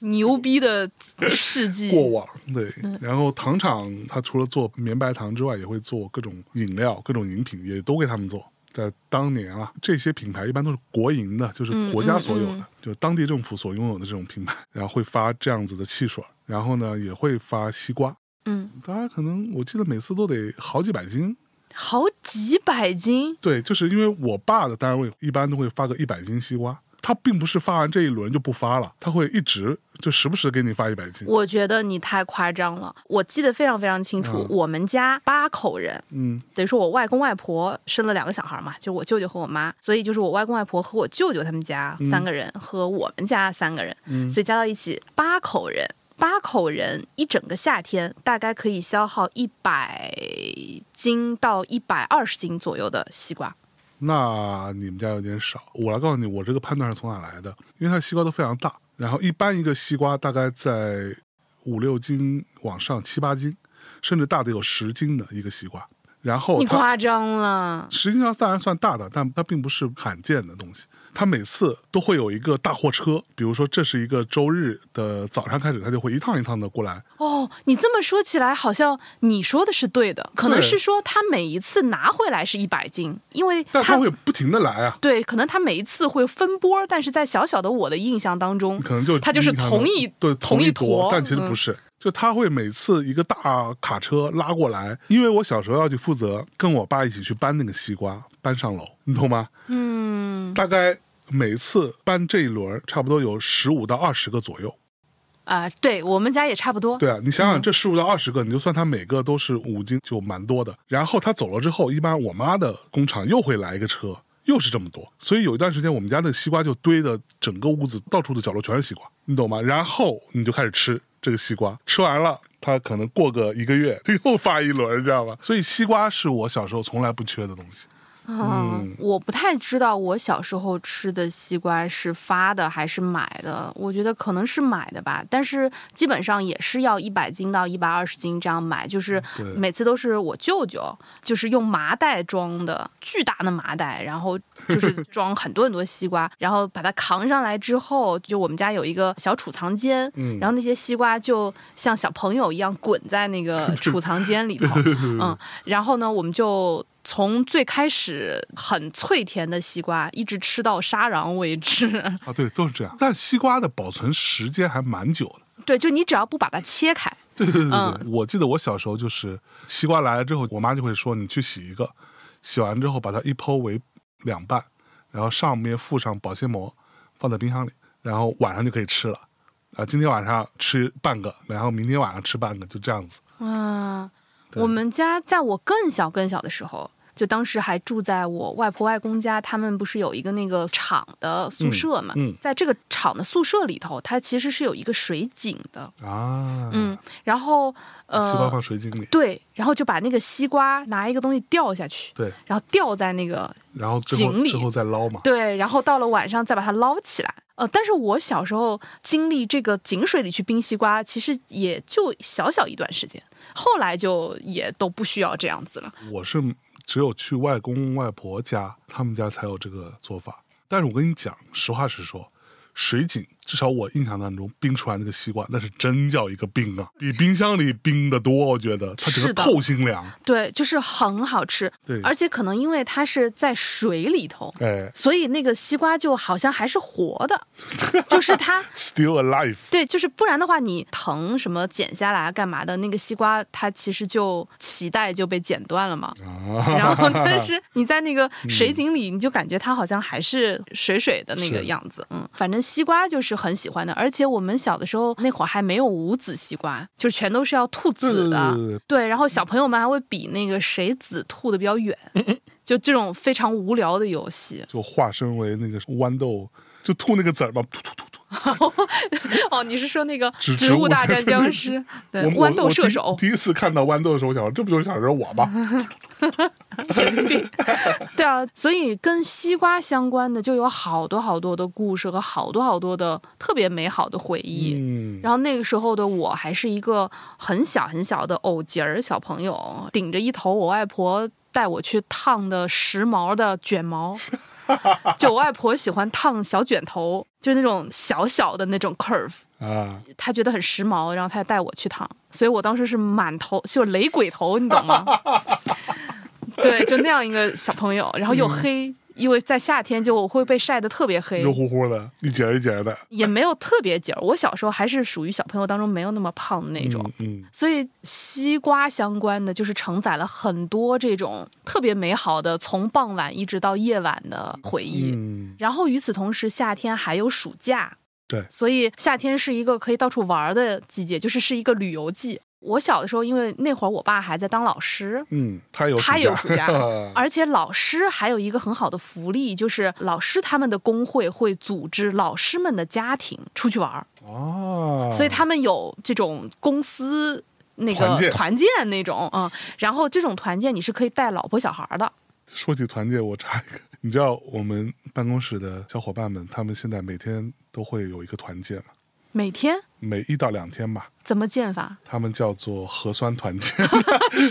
[SPEAKER 2] 牛逼的事迹。
[SPEAKER 3] 过往对，
[SPEAKER 2] 嗯
[SPEAKER 3] 然后糖厂它除了做绵白糖之外，也会做各种饮料、各种饮品，也都给他们做。在当年啊，这些品牌一般都是国营的，就是国家所有的，
[SPEAKER 2] 嗯嗯
[SPEAKER 3] 就是当地政府所拥有的这种品牌，然后会发这样子的汽水，然后呢也会发西瓜。
[SPEAKER 2] 嗯，
[SPEAKER 3] 大家可能我记得每次都得好几百斤，
[SPEAKER 2] 好几百斤，
[SPEAKER 3] 对，就是因为我爸的单位一般都会发个一百斤西瓜，他并不是发完这一轮就不发了，他会一直就时不时给你发一百斤。
[SPEAKER 2] 我觉得你太夸张了。我记得非常非常清楚，
[SPEAKER 3] 嗯
[SPEAKER 2] 我们家八口人，
[SPEAKER 3] 嗯
[SPEAKER 2] 等于说我外公外婆生了两个小孩嘛，就是我舅舅和我妈，所以就是我外公外婆和我舅舅他们家三个人、和我们家三个人，
[SPEAKER 3] 嗯
[SPEAKER 2] 所以加到一起八口人。八口人一整个夏天大概可以消耗一百斤到一百二十斤左右的西瓜。
[SPEAKER 3] 那你们家有点少。我来告诉你，我这个判断是从哪来的，因为它西瓜都非常大，然后一般一个西瓜大概在五六斤往上，七八斤，甚至大的有十斤的一个西瓜。然后
[SPEAKER 2] 你
[SPEAKER 3] 它
[SPEAKER 2] 夸张了，
[SPEAKER 3] 十斤当然算大的，但它并不是罕见的东西。它每次都会有一个大货车，比如说这是一个周日的早上开始，它就会一趟一趟的过来。
[SPEAKER 2] 哦，你这么说起来，好像你说的是对的，可能
[SPEAKER 3] 对
[SPEAKER 2] 是说他每一次拿回来是一百斤，因为
[SPEAKER 3] 但
[SPEAKER 2] 他
[SPEAKER 3] 它会不停的来啊，
[SPEAKER 2] 对，可能他每一次会分波，但是在小小的我的印象当中，
[SPEAKER 3] 可能就
[SPEAKER 2] 他就是
[SPEAKER 3] 你看
[SPEAKER 2] 同
[SPEAKER 3] 吧
[SPEAKER 2] 一
[SPEAKER 3] 对
[SPEAKER 2] 同
[SPEAKER 3] 一
[SPEAKER 2] 一坨，嗯
[SPEAKER 3] 但其实不是。就他会每次一个大卡车拉过来，因为我小时候要去负责跟我爸一起去搬那个西瓜，搬上楼，你懂吗？
[SPEAKER 2] 嗯。嗯，
[SPEAKER 3] 大概每次搬这一轮儿，差不多有十五到二十个左右。
[SPEAKER 2] 啊、对我们家也差不多。
[SPEAKER 3] <laughs> 对啊，你想想这十五到二十个，你就算他每个都是五斤，就蛮多的。然后他走了之后，一般我妈的工厂又会来一个车，又是这么多。所以有一段时间，我们家的西瓜就堆的整个屋子到处的角落全是西瓜，你懂吗？然后你就开始吃这个西瓜，吃完了。它可能过个一个月又发一轮，你知道吧？所以西瓜是我小时候从来不缺的东西。嗯
[SPEAKER 2] 啊我不太知道我小时候吃的西瓜是发的还是买的，我觉得可能是买的吧，但是基本上也是要一百斤到一百二十斤这样买，就是
[SPEAKER 3] 嗯对
[SPEAKER 2] 每次都是我舅舅，就是用麻袋装的巨大的麻袋，然后就是
[SPEAKER 3] <laughs>
[SPEAKER 2] 装很多很多西瓜，然后把它扛上来之后，就我们家有一个小储藏间，
[SPEAKER 3] 嗯
[SPEAKER 2] 然后那些西瓜就像小朋友一样滚在那个储藏间
[SPEAKER 3] <laughs>
[SPEAKER 2] 里头，嗯，然后呢，我们就从最开始很脆甜的西瓜，一直吃到沙瓤为止。 <laughs>
[SPEAKER 3] 啊，对，都是这样。但西瓜的保存时间还蛮久的。
[SPEAKER 2] 对，就你只要不把它切开，
[SPEAKER 3] 对对对对，
[SPEAKER 2] 嗯
[SPEAKER 3] 我记得我小时候就是西瓜来了之后，我妈就会说你去洗一个，洗完之后把它一剖为两半，然后上面附上保鲜膜，放在冰箱里，然后晚上就可以吃了。啊，今天晚上吃半个，然后明天晚上吃半个，就这样子。
[SPEAKER 2] 哇！
[SPEAKER 3] 对
[SPEAKER 2] 我们家在我更小更小的时候，就当时还住在我外婆外公家，他们不是有一个那个厂的宿舍嘛？
[SPEAKER 3] 嗯嗯
[SPEAKER 2] 在这个厂的宿舍里头，它其实是有一个水井的。
[SPEAKER 3] 啊，
[SPEAKER 2] 嗯，然后
[SPEAKER 3] 西瓜
[SPEAKER 2] 呃，
[SPEAKER 3] 放水井里，
[SPEAKER 2] 对，然后就把那个西瓜拿一个东西掉下去，
[SPEAKER 3] 对，
[SPEAKER 2] 然后掉在那个
[SPEAKER 3] 然后之后
[SPEAKER 2] 井里
[SPEAKER 3] 之后再捞嘛，
[SPEAKER 2] 对，然后到了晚上再把它捞起来。呃，但是我小时候经历这个井水里去冰西瓜，其实也就小小一段时间，后来就也都不需要这样子了。
[SPEAKER 3] 我是只有去外公外婆家，他们家才有这个做法。但是我跟你讲，实话实说，水井至少我印象当中冰出来那个西瓜，那是真叫一个冰啊，比冰箱里冰的多。我觉得它整
[SPEAKER 2] 是
[SPEAKER 3] 个
[SPEAKER 2] 的
[SPEAKER 3] 透心凉，
[SPEAKER 2] 对，就是很好吃，
[SPEAKER 3] 对
[SPEAKER 2] 而且可能因为它是在水里头，
[SPEAKER 3] 哎
[SPEAKER 2] 所以那个西瓜就好像还是活的，就是它。
[SPEAKER 3] ，still alive。
[SPEAKER 2] 对，就是不然的话，你藤什么剪下来啊干嘛的，那个西瓜它其实就脐带就被剪断了嘛。
[SPEAKER 3] 啊，
[SPEAKER 2] <laughs> 然后，但
[SPEAKER 3] <laughs>
[SPEAKER 2] 是你在那个
[SPEAKER 3] 嗯
[SPEAKER 2] 水井里，你就感觉它好像还是水水的那个
[SPEAKER 3] 是
[SPEAKER 2] 样子。嗯，反正西瓜就是很喜欢的，而且我们小的时候那会儿还没有无籽西瓜，就全都是要吐籽的。
[SPEAKER 3] 对对对
[SPEAKER 2] 对，然后小朋友们还会比那个谁籽吐的比较远，
[SPEAKER 3] 嗯。
[SPEAKER 2] 就这种非常无聊的游戏
[SPEAKER 3] 就化身为那个豌豆，就吐那个籽儿嘛，吐吐吐吐。
[SPEAKER 2] 哦，你是说那个
[SPEAKER 3] 植
[SPEAKER 2] 《
[SPEAKER 3] 植
[SPEAKER 2] 植
[SPEAKER 3] 物
[SPEAKER 2] 物大
[SPEAKER 3] 大
[SPEAKER 2] 战
[SPEAKER 3] 战 <laughs>
[SPEAKER 2] 僵尸》对
[SPEAKER 3] 我
[SPEAKER 2] 豌豆射
[SPEAKER 3] 我
[SPEAKER 2] 手
[SPEAKER 3] 我？第第一次看到豌豆的时候，我想说，这不就是小时候我吗？
[SPEAKER 2] 对啊，所以跟西瓜相关的就有好多好多的故事和好多好多的特别美好的回忆。
[SPEAKER 3] 嗯，
[SPEAKER 2] 然后那个时候的我还是一个很小很小的藕节儿小朋友，顶着一头我外婆带我去烫的时髦的卷毛。就我外婆喜欢烫小卷头，就是那种小小的那种 curve，
[SPEAKER 3] 啊，
[SPEAKER 2] 她觉得很时髦，然后她也带我去烫，所以我当时是满头就雷鬼头，你懂吗？对，就那样一个小朋友，然后又黑，因为在夏天就我会被晒得特别黑，
[SPEAKER 3] 肉乎乎的，一节儿一节儿的
[SPEAKER 2] 也没有特别紧儿。我小时候还是属于小朋友当中没有那么胖的那种。
[SPEAKER 3] 嗯，嗯
[SPEAKER 2] 所以西瓜相关的就是承载了很多这种特别美好的，从傍晚一直到夜晚的回忆。
[SPEAKER 3] 嗯
[SPEAKER 2] 然后与此同时，夏天还有暑假，
[SPEAKER 3] 对
[SPEAKER 2] 所以夏天是一个可以到处玩儿的季节，就是是一个旅游季。我小的时候，因为那会儿我爸还在当老师，
[SPEAKER 3] 嗯，他有，
[SPEAKER 2] 他有暑假
[SPEAKER 3] <laughs> 啊
[SPEAKER 2] 而且老师还有一个很好的福利，就是老师他们的工会会组织老师们的家庭出去玩儿，
[SPEAKER 3] 哦，
[SPEAKER 2] 所以他们有这种公司那
[SPEAKER 3] 团建
[SPEAKER 2] 个团建那种，嗯，然后这种团建你是可以带老婆小孩儿的，
[SPEAKER 3] 说起团建，我插一个， <laughs> 你知道我们办公室的小伙伴们，他们现在每天都会有一个团建嘛，
[SPEAKER 2] 每天
[SPEAKER 3] 每一到两天吧，
[SPEAKER 2] 怎么建法？
[SPEAKER 3] 他们叫做核酸
[SPEAKER 2] <laughs>
[SPEAKER 3] 团建，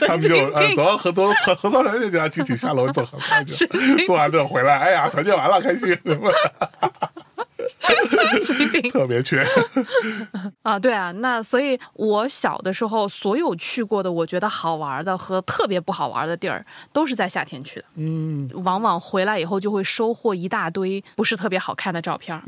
[SPEAKER 3] 他们就呃，走到核多核核酸团建就要集体下楼做核
[SPEAKER 2] <laughs>
[SPEAKER 3] 酸去，做完之后回来，哎呀，团建完了，开心什么，特别缺，
[SPEAKER 2] 啊，对啊，那所以我小的时候所有去过的，我觉得好玩的和特别不好玩的地儿，都是在夏天去的。
[SPEAKER 3] 嗯，
[SPEAKER 2] 往往回来以后就会收获一大堆不是特别好看的照
[SPEAKER 3] <laughs>
[SPEAKER 2] 片儿，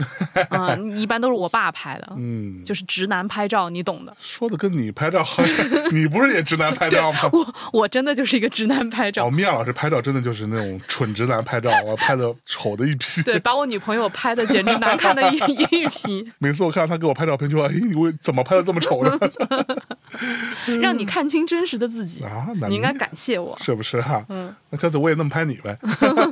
[SPEAKER 2] 嗯，一般都是我爸拍的，
[SPEAKER 3] 嗯
[SPEAKER 2] 就是直男拍照，你懂的。
[SPEAKER 3] 说的跟你拍照
[SPEAKER 2] <laughs>
[SPEAKER 3] 好像，你不是也直男拍照吗？
[SPEAKER 2] 我我真的就是一个直男拍照，
[SPEAKER 3] 哦，米娅老师拍照真的就是那种蠢直男拍照，我拍的丑的一批。
[SPEAKER 2] 对，把我女朋友拍的简直难看的
[SPEAKER 3] <laughs>
[SPEAKER 2] 一一批，
[SPEAKER 3] 每次我看到他给我拍照片，就说：“哎，我怎么拍的这么丑呢。
[SPEAKER 2] <laughs> 让你看清真实的自己？”
[SPEAKER 3] 啊，那，
[SPEAKER 2] 你应该感谢我
[SPEAKER 3] 是不是哈、嗯，那下次我也那么拍你呗，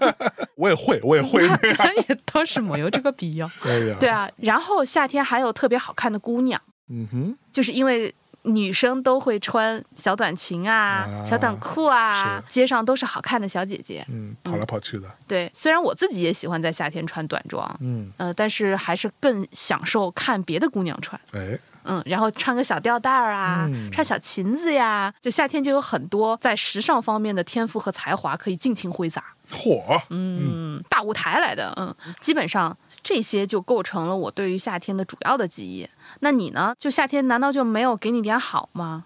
[SPEAKER 2] <laughs>
[SPEAKER 3] 我也会，我也会。 <laughs>
[SPEAKER 2] 也倒是没有这个必要。
[SPEAKER 3] 哎呀，
[SPEAKER 2] 对，啊，然后夏天还有特别好看的姑娘，
[SPEAKER 3] 嗯哼，
[SPEAKER 2] 就是因为女生都会穿小短裙啊、
[SPEAKER 3] 啊
[SPEAKER 2] 小短裤啊，街上都是好看的小姐姐。
[SPEAKER 3] 嗯，跑来跑去的，
[SPEAKER 2] 对，虽然我自己也喜欢在夏天穿短装，
[SPEAKER 3] 嗯，
[SPEAKER 2] 呃，但是还是更享受看别的姑娘穿。
[SPEAKER 3] 哎，
[SPEAKER 2] 嗯，然后穿个小吊带儿啊，
[SPEAKER 3] 嗯
[SPEAKER 2] 穿小裙子呀，就夏天就有很多在时尚方面的天赋和才华可以尽情挥洒。
[SPEAKER 3] 嚯，
[SPEAKER 2] 嗯，大舞台来的，嗯，基本上这些就构成了我对于夏天的主要的记忆。那你呢？就夏天难道就没有给你点好
[SPEAKER 3] <laughs>
[SPEAKER 2] 吗？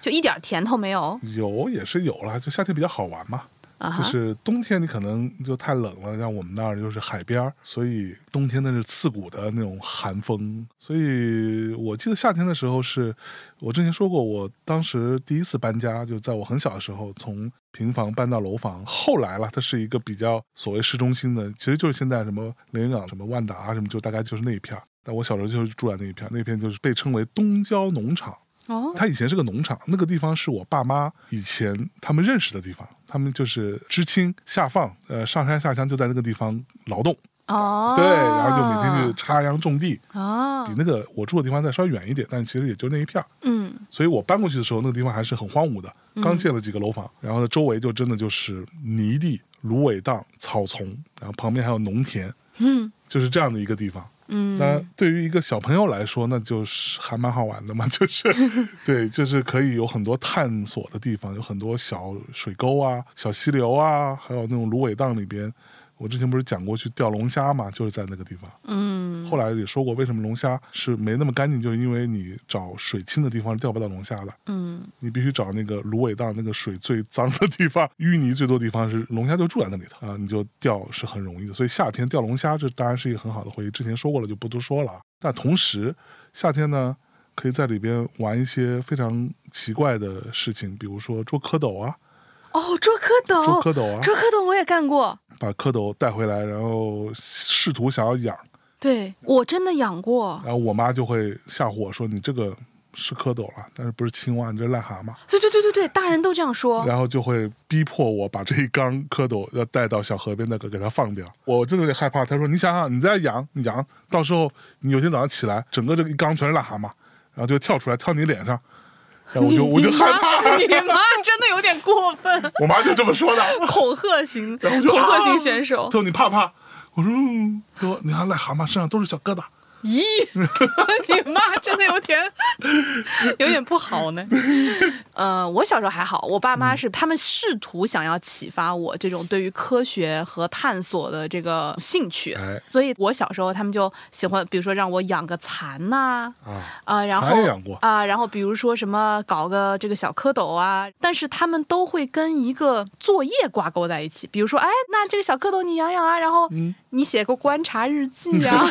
[SPEAKER 2] 就一点甜头没有
[SPEAKER 3] 有也是有啦，就夏天比较好玩嘛。
[SPEAKER 2] 啊
[SPEAKER 3] 就
[SPEAKER 2] 哈？
[SPEAKER 3] 是冬天你可能就太冷了，像我们那儿呃就是海边儿，所以冬天那是刺骨的那种寒风。所以我记得夏天的时候是，我之前说过，我当时第一次搬家就在我很小的时候，从平房搬到楼房。后来了，它是一个比较所谓市中心的，其实就是现在什么连云港、什么万达啊什么，就大概就是那一片儿。但我小时候就是住在那一片儿，那片就是被称为东郊农场。
[SPEAKER 2] 哦，
[SPEAKER 3] 它以前是个农场，那个地方是我爸妈以前他们认识的地方，他们就是知青下放，呃，上山下乡就在那个地方劳动，
[SPEAKER 2] 哦，
[SPEAKER 3] 对，然后就每天就插秧种地，
[SPEAKER 2] 哦
[SPEAKER 3] 比，那个我住的地方再稍微远一点，但其实也就那一片儿。
[SPEAKER 2] 嗯
[SPEAKER 3] 所以我搬过去的时候，那个地方还是很荒芜的，刚建了几个楼房，然后呢，周围就真的就是泥地、芦苇荡、草丛，然后旁边还有农田，
[SPEAKER 2] 嗯
[SPEAKER 3] 就是这样的一个地方。
[SPEAKER 2] 嗯，
[SPEAKER 3] 那对于一个小朋友来说，那就是还蛮好玩的嘛， <laughs> 就是对，就是可以有很多探索的地方，有很多小水沟啊、小溪流啊，还有那种芦苇荡里边。我之前不是讲过去钓龙虾嘛，就是在那个地方。
[SPEAKER 2] 嗯
[SPEAKER 3] 后来也说过，为什么龙虾是没那么干净，就是因为你找水清的地方钓不到龙虾的，
[SPEAKER 2] 嗯
[SPEAKER 3] 你必须找那个芦苇荡那个水最脏的地方，淤泥最多的地方是龙虾就住在那里头啊，你就钓是很容易的。所以夏天钓龙虾这当然是一个很好的回忆，之前说过了就不多说了啊。但同时夏天呢，可以在里边玩一些非常奇怪的事情，比如说捉蝌蚪啊，
[SPEAKER 2] 哦，捉蝌蚪，
[SPEAKER 3] 捉蝌蚪啊，
[SPEAKER 2] 捉蝌蚪我也干过，
[SPEAKER 3] 把蝌蚪带回来，然后试图想要养。
[SPEAKER 2] 对我真的养过，
[SPEAKER 3] 然后我妈就会吓唬我说：“你这个是蝌蚪了，但是不是青蛙，你这是癞蛤蟆。
[SPEAKER 2] 对对对对对，大人都这样说，
[SPEAKER 3] 然后就会逼迫我把这一缸蝌蚪要带到小河边那个给它放掉。我真的有点害怕。她说：“你想想，你再养，你养，到时候你有天早上起来，整个这个一缸全是癞蛤蟆，然后就跳出来跳你脸上。”然后我就我就
[SPEAKER 2] 你
[SPEAKER 3] 害
[SPEAKER 2] 妈
[SPEAKER 3] 怕，
[SPEAKER 2] 你妈真的有点过分，
[SPEAKER 3] 我妈就这么说的。
[SPEAKER 2] 恐吓型
[SPEAKER 3] 然后我就
[SPEAKER 2] 恐 <laughs> 吓
[SPEAKER 3] 啊
[SPEAKER 2] 型选手
[SPEAKER 3] 她，说：“你怕不怕？”我说：“嗯。”她说：“你看癞蛤蟆身上都是小疙瘩。”
[SPEAKER 2] 咦， <laughs> 你妈真的有点有点不好呢。呃，我小时候还好，我爸妈是他们试图想要启发我这种对于科学和探索的这个兴趣，
[SPEAKER 3] 哎
[SPEAKER 2] 所以我小时候他们就喜欢，比如说让我养个蚕呐、
[SPEAKER 3] 啊，
[SPEAKER 2] 啊，然
[SPEAKER 3] 蚕
[SPEAKER 2] 后
[SPEAKER 3] 也养过
[SPEAKER 2] 啊、然后比如说什么搞个这个小蝌蚪啊，但是他们都会跟一个作业挂钩在一起，比如说，哎，那这个小蝌蚪你养养啊，然后
[SPEAKER 3] 嗯
[SPEAKER 2] 你写个观察日记呀、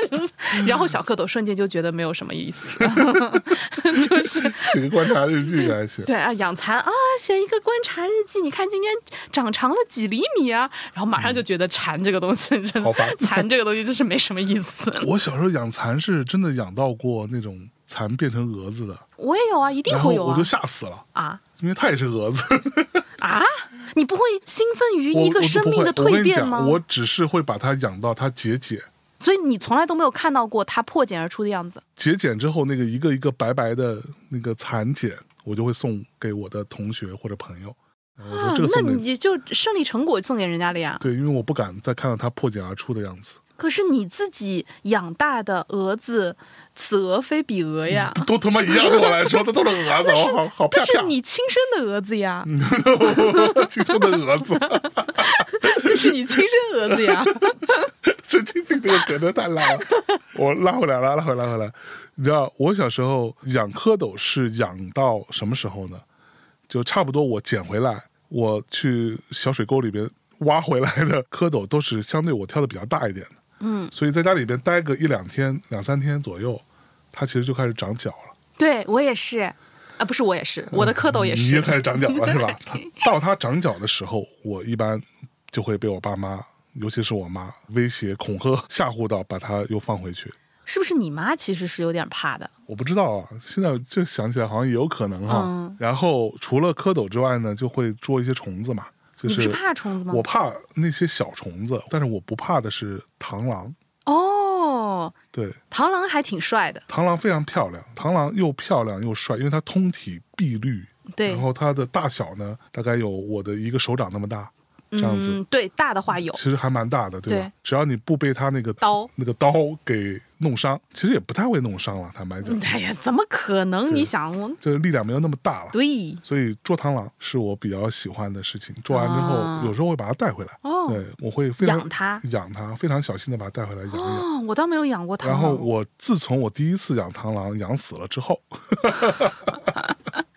[SPEAKER 3] <laughs>
[SPEAKER 2] 然后小蝌蚪瞬间就觉得没有什么意思， <laughs>
[SPEAKER 3] <laughs>
[SPEAKER 2] 就是。
[SPEAKER 3] 写个观察日记还行。
[SPEAKER 2] <laughs> 对啊，养蚕啊，写一个观察日记，你看今天长长了几厘米啊，然后马上就觉得蝉这个东西真
[SPEAKER 3] 嗯好
[SPEAKER 2] 的
[SPEAKER 3] 烦，
[SPEAKER 2] 蚕这个东西真是没什么意思。 <laughs>
[SPEAKER 3] 我小时候养蚕是真的养到过那种蚕变成蛾子的，
[SPEAKER 2] 我也有啊，一定
[SPEAKER 3] 然后
[SPEAKER 2] 会有
[SPEAKER 3] 我
[SPEAKER 2] 啊
[SPEAKER 3] 就吓死了，
[SPEAKER 2] 啊！
[SPEAKER 3] 因为它也是蛾子。
[SPEAKER 2] 啊？你不会兴奋于
[SPEAKER 3] 我
[SPEAKER 2] 一个
[SPEAKER 3] 我是
[SPEAKER 2] 生
[SPEAKER 3] 不
[SPEAKER 2] 命
[SPEAKER 3] 会
[SPEAKER 2] 的
[SPEAKER 3] 我跟
[SPEAKER 2] 蜕
[SPEAKER 3] 你
[SPEAKER 2] 变
[SPEAKER 3] 讲
[SPEAKER 2] 吗？
[SPEAKER 3] 我只是会把它养到它结茧，
[SPEAKER 2] 所以你从来都没有看到过它破茧而出的样子。
[SPEAKER 3] 结茧之后那个一个一个白白的那个蚕茧，我就会送给我的同学或者朋友。然后我说
[SPEAKER 2] 啊
[SPEAKER 3] 这个，
[SPEAKER 2] 那
[SPEAKER 3] 送给你。
[SPEAKER 2] 你就胜利成果送给人家了呀。
[SPEAKER 3] 对，因为我不敢再看到它破茧而出的样子，
[SPEAKER 2] 可是你自己养大的蛾子，此蛾非彼蛾呀，
[SPEAKER 3] 都他妈一样对我
[SPEAKER 2] <laughs>
[SPEAKER 3] 来说，它都是蛾子，我 <laughs> 好好嗯
[SPEAKER 2] 那
[SPEAKER 3] 啪
[SPEAKER 2] 是
[SPEAKER 3] 啪， <laughs>
[SPEAKER 2] 你亲生的蛾子呀，
[SPEAKER 3] 青春的蛾
[SPEAKER 2] <laughs>
[SPEAKER 3] 子，
[SPEAKER 2] 那是你亲生蛾子
[SPEAKER 3] <laughs>
[SPEAKER 2] 呀。
[SPEAKER 3] 神经病这个梗真太烂
[SPEAKER 2] <laughs>
[SPEAKER 3] 了。我拉回来了，拉回来，拉回来。你知道我小时候养蝌蚪是养到什么时候呢？就差不多我捡回来，我去小水沟里边挖回来的蝌蚪都是相对我挑的比较大一点的。
[SPEAKER 2] 嗯，
[SPEAKER 3] 所以在家里边待个一两天、两三天左右，它其实就开始长脚了。
[SPEAKER 2] 对我也是，啊，不是我也是，我的蝌蚪哦也
[SPEAKER 3] 嗯你也
[SPEAKER 2] 是。
[SPEAKER 3] 开始长脚了
[SPEAKER 2] <laughs>
[SPEAKER 3] 是吧？它到它长脚的时候，我一般就会被我爸妈，尤其是我妈威胁、恐吓、吓唬到，把它又放回去。
[SPEAKER 2] 是不是你妈其实是有点怕的？
[SPEAKER 3] 我不知道啊，现在就想起来好像也有可能哈。
[SPEAKER 2] 嗯
[SPEAKER 3] 然后除了蝌�蚪之外呢，就会捉一些虫子嘛，就
[SPEAKER 2] 你不是怕虫子吗
[SPEAKER 3] 我？怕那些小虫子，但是我不怕的是螳螂。
[SPEAKER 2] 哦，
[SPEAKER 3] 对，
[SPEAKER 2] 螳螂还挺帅的，
[SPEAKER 3] 螳螂非常漂亮，螳螂又漂亮又帅，因为它通体碧绿，
[SPEAKER 2] 对
[SPEAKER 3] 然，后它的大小呢，大概有我的一个手掌那么大，这样子，
[SPEAKER 2] 嗯，对，大的话有，
[SPEAKER 3] 其实还蛮大的，对吧？
[SPEAKER 2] 对
[SPEAKER 3] 只要你不被它那个
[SPEAKER 2] 刀
[SPEAKER 3] 那个刀给弄伤，其实也不太会弄伤了，坦白讲，
[SPEAKER 2] 哎呀，怎么可能？你想我？
[SPEAKER 3] 这力量没有那么大了。
[SPEAKER 2] 对，
[SPEAKER 3] 所以捉螳螂是我比较喜欢的事情。捉完之后，
[SPEAKER 2] 啊
[SPEAKER 3] 有时候会把它带回来，
[SPEAKER 2] 哦
[SPEAKER 3] 对，啊我会非常
[SPEAKER 2] 养它
[SPEAKER 3] 养它，非常小心的把它带回来养一养。
[SPEAKER 2] 哦，我倒没有养过螳
[SPEAKER 3] 然
[SPEAKER 2] 螂。
[SPEAKER 3] 后我自从我第一次养螳螂养死了之后， <laughs>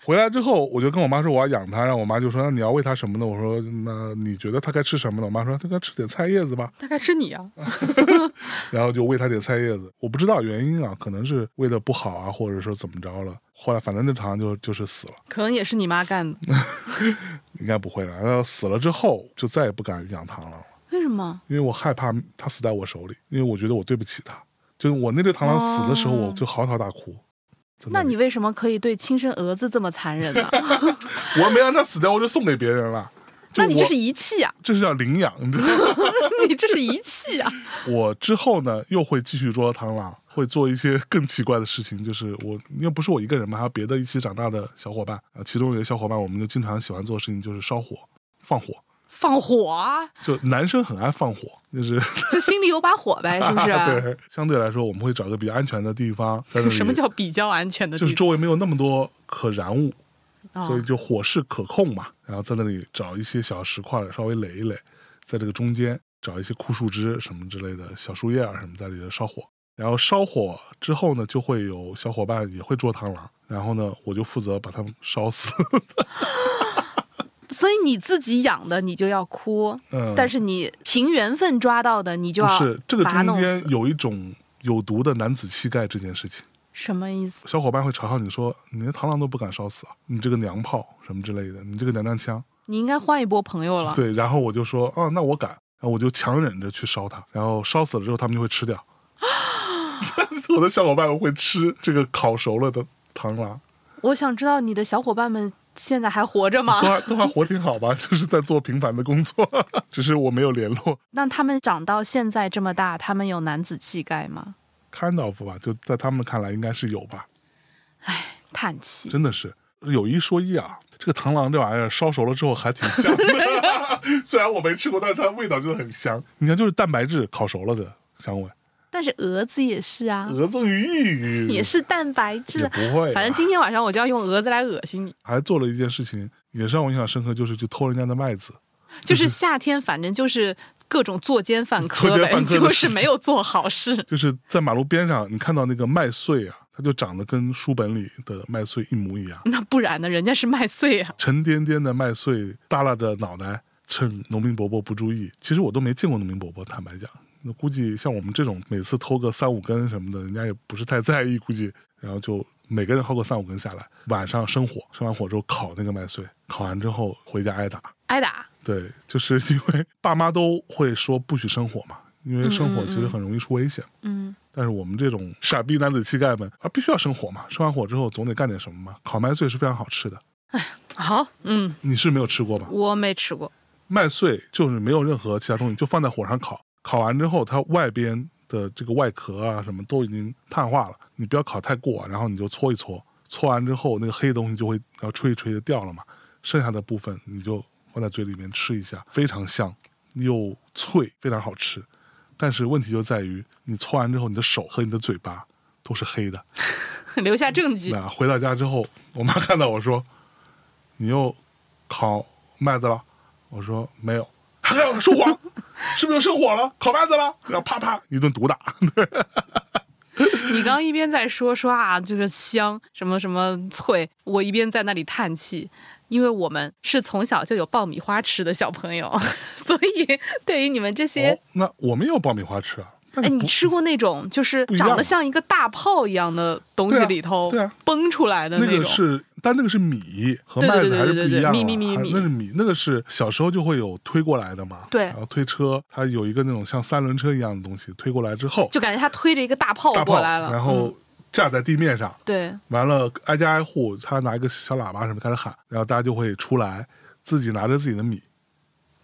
[SPEAKER 3] 回来之后我就跟我妈说我要养它，然后我妈就说那你要喂它什么呢？我说那你觉得它该吃什么呢？我妈说它该吃点菜叶子吧，
[SPEAKER 2] 大概是你啊，
[SPEAKER 3] 嗯然后就喂它点菜叶子。我不知道原因啊，可能是喂的不好啊，或者说怎么着了。后来反正那螳螂就就是死了。
[SPEAKER 2] 可能也是你妈干的。
[SPEAKER 3] 嗯应该不会了。然后死了之后，就再也不敢养螳螂了，
[SPEAKER 2] 为什么？
[SPEAKER 3] 因为我害怕它死在我手里，因为我觉得我对不起它。就是我那只螳螂死的时候，
[SPEAKER 2] 哦
[SPEAKER 3] 我就嚎啕大哭。真的
[SPEAKER 2] 那你为什么可以对亲生蛾子这么残忍呢？ <laughs>
[SPEAKER 3] 我没让它死掉，我就送给别人了。 <laughs> 就
[SPEAKER 2] 那你这
[SPEAKER 3] 我
[SPEAKER 2] 是遗弃啊！ <laughs>
[SPEAKER 3] 这是叫领养，你知道吗？
[SPEAKER 2] 你这是遗弃啊！
[SPEAKER 3] 我之后呢，又会继续捉螳螂，会做一些更奇怪的事情。就是我，因为不是我一个人嘛，还有别的一起长大的小伙伴啊。其中有一个小伙伴，我们就经常喜欢做的事情就是烧火、放火。
[SPEAKER 2] 放火啊，
[SPEAKER 3] 就男生很爱放火，就是
[SPEAKER 2] 就心里有把火呗，是不是？
[SPEAKER 3] <laughs> 对，相对来说，我们会找一个比较安全的地方，在那里
[SPEAKER 2] 什么叫比较安全的
[SPEAKER 3] 就
[SPEAKER 2] 地方？
[SPEAKER 3] 是周围没有那么多可燃物，
[SPEAKER 2] 啊
[SPEAKER 3] 所以就火势可控嘛。然后在那里找一些小石块稍微垒一垒，在这个中间找一些枯树枝什么之类的小树叶啊什么在里头烧火。然后烧火之后呢，就会有小伙伴也会捉螳螂，然后呢，我就负责把它们烧死。 <laughs>
[SPEAKER 2] 所以你自己养的你就要哭，
[SPEAKER 3] 嗯，
[SPEAKER 2] 但是你凭缘分抓到的你就
[SPEAKER 3] 不
[SPEAKER 2] 要
[SPEAKER 3] 是这个
[SPEAKER 2] 把它
[SPEAKER 3] 中
[SPEAKER 2] 弄
[SPEAKER 3] 间
[SPEAKER 2] 死
[SPEAKER 3] 有一种有毒的男子气概这件事情。
[SPEAKER 2] 什么意思？
[SPEAKER 3] 小伙伴会嘲笑你说：“你连螳螂都不敢烧死啊，你这个娘炮什么之类的，你这个娘娘腔。
[SPEAKER 2] 你应该换一波朋友”了。
[SPEAKER 3] 对，然后我就说：“哦，那我敢。”然后我就强忍着去烧它，然后烧死了之后，他们就会吃掉。我的小伙伴会吃这个烤熟了的螳螂，
[SPEAKER 2] 我想知道你的小伙伴们现在还活着吗
[SPEAKER 3] <laughs> 都？还都还活挺好吧， <laughs> 就是在做平凡的工作，只是我没有联络。
[SPEAKER 2] 那他们长到现在这么大，他们有男子气概吗？
[SPEAKER 3] 看到吧，就在他们看来应该是有吧，
[SPEAKER 2] 叹气。
[SPEAKER 3] 真的是有一说一啊，这个螳螂这玩意儿烧熟了之后还挺香的， <laughs> 虽然我没吃过，但是它味道真的很香。你看，就是蛋白质烤熟了的香味，
[SPEAKER 2] 但是蛾子也是 <laughs> 啊，
[SPEAKER 3] 蛾子咦
[SPEAKER 2] 也是蛋白质
[SPEAKER 3] 也
[SPEAKER 2] 啊。
[SPEAKER 3] 不会啊、
[SPEAKER 2] 反正今天晚上我就要用蛾子来恶心你。
[SPEAKER 3] 还做了一件事情，也是让我印象深刻，就是去偷人家的麦子。 <laughs>
[SPEAKER 2] 就是夏天，反正就是各种作奸犯科
[SPEAKER 3] 作奸
[SPEAKER 2] 呗，
[SPEAKER 3] 犯科的
[SPEAKER 2] 就
[SPEAKER 3] 事
[SPEAKER 2] 是
[SPEAKER 3] 情
[SPEAKER 2] 没有做好事。
[SPEAKER 3] 就是在马路边上，你看到那个麦穗啊，它就长得跟书本里的麦穗一模一样，
[SPEAKER 2] 那不然呢？人家是麦穗啊，
[SPEAKER 3] 沉甸甸的麦穗耷拉着脑袋，趁农民伯伯不注意。其实我都没见过农民伯伯，坦白讲，那估计像我们这种每次偷个三五根什么的，人家也不是太在意，估计。然后就每个人薅个三五根下来，晚上生火，生完火之后烤那个麦穗，烤完之后回家挨打。
[SPEAKER 2] 挨打。
[SPEAKER 3] 对，就是因为爸妈都会说不许生火嘛，因为生火其实很容易出危险。
[SPEAKER 2] 嗯，
[SPEAKER 3] 但是我们这种傻逼男子气概们啊，必须要生火嘛，生完火之后总得干点什么嘛。烤麦穗是非常好吃的，
[SPEAKER 2] 好，嗯，
[SPEAKER 3] 你是没有吃过吧？
[SPEAKER 2] 我没吃过。 <laughs>
[SPEAKER 3] 麦穗就是没有任何其他东西，就放在火上烤，烤完之后它外边的这个外壳啊什么都已经碳化了，你不要烤太过，然后你就搓一搓，搓完之后那个黑的东西就会然后吹一吹就掉了嘛，剩下的部分你就放在嘴里面吃一下，非常香又脆，非常好吃。但是问题就在于你搓完之后，你的手和你的嘴巴都是黑的。
[SPEAKER 2] 留下证据，
[SPEAKER 3] 那回到家之后，我妈看到我说：“你又烤麦子了？”我说：“没有。”还让我说谎，是不是又生火了？烤麦子了？然后啪啪一顿毒打。
[SPEAKER 2] 你刚一边在说说啊，这个香什么什么脆，我一边在那里叹气，因为我们是从小就有爆米花吃的小朋友， <laughs> 所以对于你们这些
[SPEAKER 3] 哦，那我们也有爆米花吃啊。但
[SPEAKER 2] 哎，
[SPEAKER 3] 是
[SPEAKER 2] 你
[SPEAKER 3] 不
[SPEAKER 2] 吃过那种就是
[SPEAKER 3] 不一样
[SPEAKER 2] 长得像一个大炮一样的东西
[SPEAKER 3] 对啊
[SPEAKER 2] 里头
[SPEAKER 3] 对啊
[SPEAKER 2] 崩出来的
[SPEAKER 3] 那
[SPEAKER 2] 种？
[SPEAKER 3] 个是，但那个是米和
[SPEAKER 2] 对对
[SPEAKER 3] 麦子
[SPEAKER 2] 对
[SPEAKER 3] 还是
[SPEAKER 2] 对
[SPEAKER 3] 不
[SPEAKER 2] 对
[SPEAKER 3] 一样
[SPEAKER 2] 米
[SPEAKER 3] 啊
[SPEAKER 2] 米米
[SPEAKER 3] 还
[SPEAKER 2] 米
[SPEAKER 3] 那是米，那个是小时候就会有推过来的嘛。
[SPEAKER 2] 对
[SPEAKER 3] 然后推车，它有一个那种像三轮车一样的东西推过来之后，
[SPEAKER 2] 就感觉他推着一个大炮
[SPEAKER 3] 大炮
[SPEAKER 2] 过来了，
[SPEAKER 3] 然
[SPEAKER 2] 嗯
[SPEAKER 3] 后架在地面上，
[SPEAKER 2] 对，
[SPEAKER 3] 完了挨家挨户，他拿一个小喇叭什么开始喊，然后大家就会出来，自己拿着自己的米。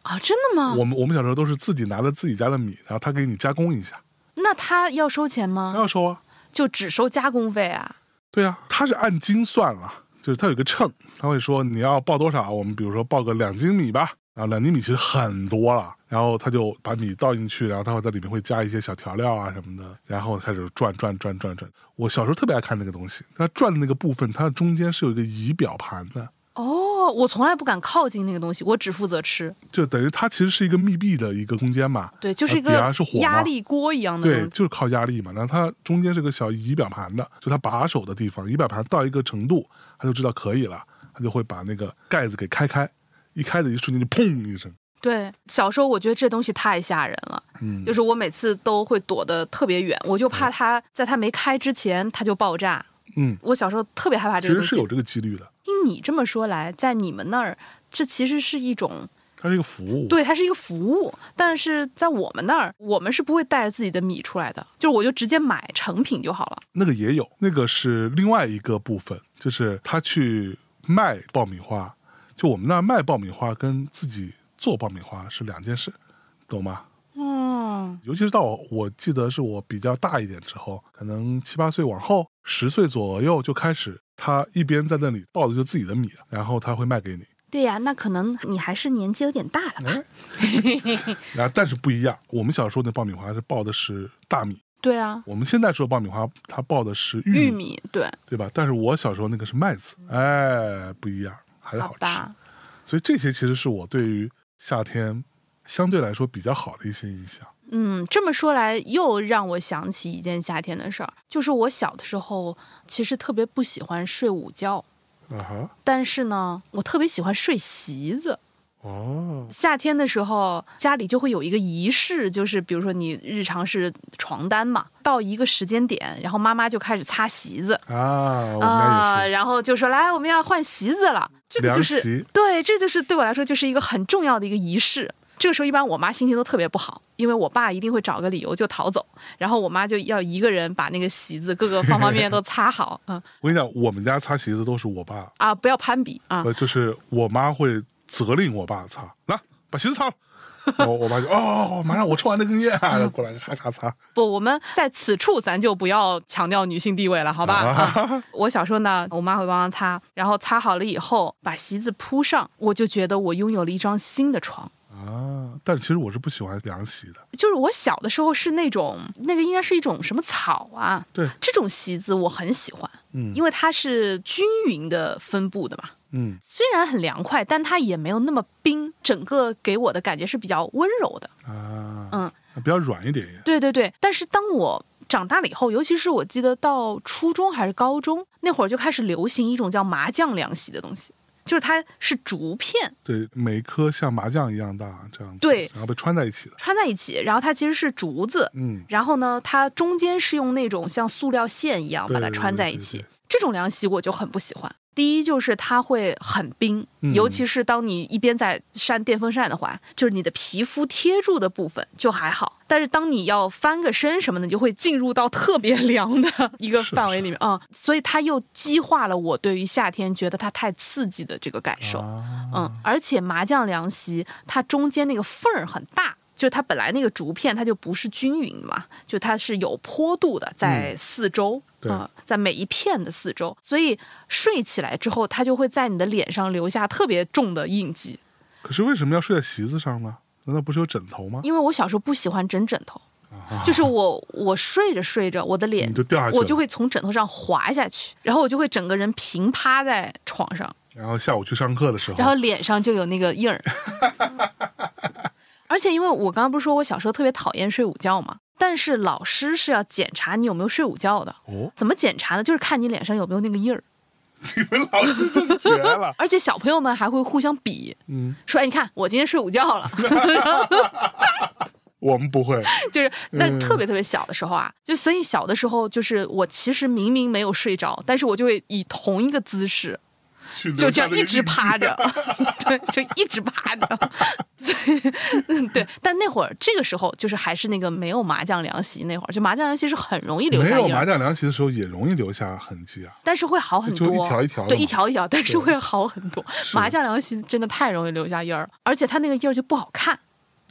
[SPEAKER 2] 啊，真的吗
[SPEAKER 3] 我？们我们小时候都是自己拿着自己家的米，然后他给你加工一下，
[SPEAKER 2] 那他要收钱
[SPEAKER 3] 他
[SPEAKER 2] 吗？
[SPEAKER 3] 要收啊。
[SPEAKER 2] 就只收加工费啊？
[SPEAKER 3] 对啊，他是按斤算了，就是他有一个秤，他会说你要报多少，我们比如说报个两斤米吧，啊，两斤米其实很多了，然后他就把米倒进去，然后他会在里面会加一些小调料啊什么的，然后开始转转转转转。我小时候特别爱看那个东西，它转的那个部分，它中间是有一个仪表盘的，
[SPEAKER 2] 哦，我从来不敢靠近那个东西，我只负责吃。
[SPEAKER 3] 就等于它其实是一个密闭的一个空间嘛，
[SPEAKER 2] 对，嗯就是
[SPEAKER 3] 啊
[SPEAKER 2] 一
[SPEAKER 3] 底下
[SPEAKER 2] 个
[SPEAKER 3] 是火嘛
[SPEAKER 2] 压力锅一样的
[SPEAKER 3] 对，
[SPEAKER 2] 东西。
[SPEAKER 3] 就是靠压力嘛。然后它中间是个小仪表盘的，就它把手的地方，仪表盘到一个程度，它就知道可以了，它就会把那个盖子给开开，一开的一瞬间就砰一声，
[SPEAKER 2] 对，小时候我觉得这东西太吓人了，
[SPEAKER 3] 嗯，
[SPEAKER 2] 就是我每次都会躲得特别远，我就怕它在它没开之前它就爆炸。
[SPEAKER 3] 嗯，
[SPEAKER 2] 我小时候特别害怕
[SPEAKER 3] 其
[SPEAKER 2] 这个东
[SPEAKER 3] 实是
[SPEAKER 2] 西。
[SPEAKER 3] 有这个几率的，
[SPEAKER 2] 听你这么说来，在你们那儿，这其实是一种
[SPEAKER 3] 它是一个服务，，
[SPEAKER 2] 对，它是一个服务，但是在我们那儿，我们是不会带着自己的米出来的，就是我就直接买成品就好了。
[SPEAKER 3] 那个也有，那个是另外一个部分，就是他去卖爆米花，就我们那儿卖爆米花跟自己做爆米花是两件事，懂吗？
[SPEAKER 2] 哦
[SPEAKER 4] 嗯，
[SPEAKER 3] 尤其是到我，我记得是我比较大一点之后，可能七八岁往后，十岁左右就开始，他一边在那里爆的就自己的米，然后他会卖给你，
[SPEAKER 2] 对呀、那可能你还是年纪有点大了吧？
[SPEAKER 3] 哎，然后但是不一样，我们小时候那爆米花是爆的是大米，
[SPEAKER 2] 对啊，
[SPEAKER 3] 我们现在说爆米花，它爆的是玉米，
[SPEAKER 2] 玉米，对，
[SPEAKER 3] 对吧？但是我小时候那个是麦子，哎，不一样，还好
[SPEAKER 2] 好
[SPEAKER 3] 吃。
[SPEAKER 2] 吧，
[SPEAKER 3] 所以这些其实是我对于夏天相对来说比较好的一些印象。
[SPEAKER 2] 嗯，这么说来，又让我想起一件夏天的事儿，就是我小的时候其实特别不喜欢睡午觉，
[SPEAKER 3] 啊哈，
[SPEAKER 2] 但是呢，我特别喜欢睡席子。
[SPEAKER 3] 哦，
[SPEAKER 2] 夏天的时候，家里就会有一个仪式，就是比如说你日常是床单嘛，到一个时间点，然后妈妈就开始擦席子
[SPEAKER 3] 啊，我们
[SPEAKER 2] 啊、
[SPEAKER 3] 家也是，
[SPEAKER 2] 然后就说来我们要换席子了，这个
[SPEAKER 3] 凉
[SPEAKER 2] 就是
[SPEAKER 3] 席
[SPEAKER 2] 对，这就是对我来说就是一个很重要的一个仪式。这个时候，一般我妈心情都特别不好，因为我爸一定会找个理由就逃走，然后我妈就要一个人把那个席子各个方方面面都擦好， <laughs> 嗯
[SPEAKER 3] 我跟你讲，我们家擦席子都是我爸，
[SPEAKER 2] 啊，不要攀比啊，
[SPEAKER 3] 呃，就是我妈会责令我爸擦，来把席子擦了。我我爸就哦，马上我抽完这根烟，然后过来咔嚓擦，
[SPEAKER 2] 不，我们在此处咱就不要强调女性地位了，好吧？啊，我小时候呢，我妈会帮忙擦，然后擦好了以后，把席子铺上，我就觉得我拥有了一张新的床。
[SPEAKER 3] 啊！但是其实我是不喜欢凉席的，
[SPEAKER 2] 就是我小的时候是那种，那个应该是一种什么草啊？
[SPEAKER 3] 对
[SPEAKER 2] 这种席子我很喜欢，
[SPEAKER 3] 嗯
[SPEAKER 2] 因为它是均匀的分布的嘛。
[SPEAKER 3] 嗯
[SPEAKER 2] 虽然很凉快，但它也没有那么冰，整个给我的感觉是比较温柔的。
[SPEAKER 3] 啊，
[SPEAKER 2] 嗯，
[SPEAKER 3] 比较软一点也，
[SPEAKER 2] 对对对，但是当我长大了以后，尤其是我记得到初中还是高中那会儿，就开始流行一种叫麻将凉席的东西，就是它是竹片
[SPEAKER 3] 对，每一颗像麻将一样大这样子，
[SPEAKER 2] 对
[SPEAKER 3] 然后被穿在一起的，
[SPEAKER 2] 穿在一起，然后它其实是竹子，
[SPEAKER 3] 嗯，
[SPEAKER 2] 然后呢，它中间是用那种像塑料线一样
[SPEAKER 3] 对
[SPEAKER 2] 把它
[SPEAKER 3] 对
[SPEAKER 2] 穿
[SPEAKER 3] 对
[SPEAKER 2] 在
[SPEAKER 3] 对
[SPEAKER 2] 一
[SPEAKER 3] 对
[SPEAKER 2] 起
[SPEAKER 3] 对。
[SPEAKER 2] 这种凉席我就很不喜欢。第一就是它会很冰，
[SPEAKER 3] 嗯
[SPEAKER 2] 尤其是当你一边在扇电风扇的话，就是你的皮肤贴住的部分就还好，但是当你要翻个身什么的，你就会进入到特别凉的一个
[SPEAKER 3] 是
[SPEAKER 2] 范
[SPEAKER 3] 是
[SPEAKER 2] 围里面啊、嗯所以它又激化了我对于夏天觉得它太刺激的这个感受。
[SPEAKER 3] 啊，
[SPEAKER 2] 嗯，而且麻将凉席它中间那个缝儿很大，就是它本来那个竹片它就不是均匀的嘛，就它是有坡度的，在四周。
[SPEAKER 3] 嗯对
[SPEAKER 2] 啊在每一片的四周，所以睡起来之后，它就会在你的脸上留下特别重的印记。
[SPEAKER 3] 可是为什么要睡在席子上呢？难道不是有枕头吗？
[SPEAKER 2] 因为我小时候不喜欢枕枕头，就是我我睡着睡着，我的脸
[SPEAKER 3] 啊你就掉下去了
[SPEAKER 2] 我就会从枕头上滑下去，然后我就会整个人平趴在床上，
[SPEAKER 3] 然后下午去上课的时候，
[SPEAKER 2] 然后脸上就有那个印儿。而且因为我刚刚不是说我小时候特别讨厌睡午觉嘛，但是老师是要检查你有没有睡午觉的。
[SPEAKER 3] 哦，
[SPEAKER 2] 怎么检查呢？就是看你脸上有没有那个印儿。，
[SPEAKER 3] 你们老师真的绝了
[SPEAKER 2] 而且小朋友们还会互相比，
[SPEAKER 3] 嗯，
[SPEAKER 2] 说：“哎，你看我今天睡午觉了。
[SPEAKER 3] 我们不会，”
[SPEAKER 2] 就是，但是特别特别小的时候啊，就所以小的时候，就是我其实明明没有睡着，但是我就会以同一个姿势
[SPEAKER 3] 去
[SPEAKER 2] 就
[SPEAKER 3] 留
[SPEAKER 2] 这
[SPEAKER 3] 下
[SPEAKER 2] 样
[SPEAKER 3] 那
[SPEAKER 2] 一
[SPEAKER 3] 个
[SPEAKER 2] 直
[SPEAKER 3] 印记
[SPEAKER 2] 趴
[SPEAKER 3] <laughs>
[SPEAKER 2] 着，对，就一直趴着。 <laughs> 对对，但那会儿这个时候就是还是那个没有麻将凉席那会儿，就麻将凉席是很容易留
[SPEAKER 3] 没
[SPEAKER 2] 下
[SPEAKER 3] 有
[SPEAKER 2] 印
[SPEAKER 3] 麻
[SPEAKER 2] 儿，
[SPEAKER 3] 将凉席的时候也容易留下痕迹啊。
[SPEAKER 2] 但是会好很
[SPEAKER 3] 就
[SPEAKER 2] 多，
[SPEAKER 3] 一条一条的
[SPEAKER 2] 对，
[SPEAKER 3] 嘛
[SPEAKER 2] 一条一条，但是会好很多。麻将凉席真的太容易留下印儿，而且它那个印儿就不好看，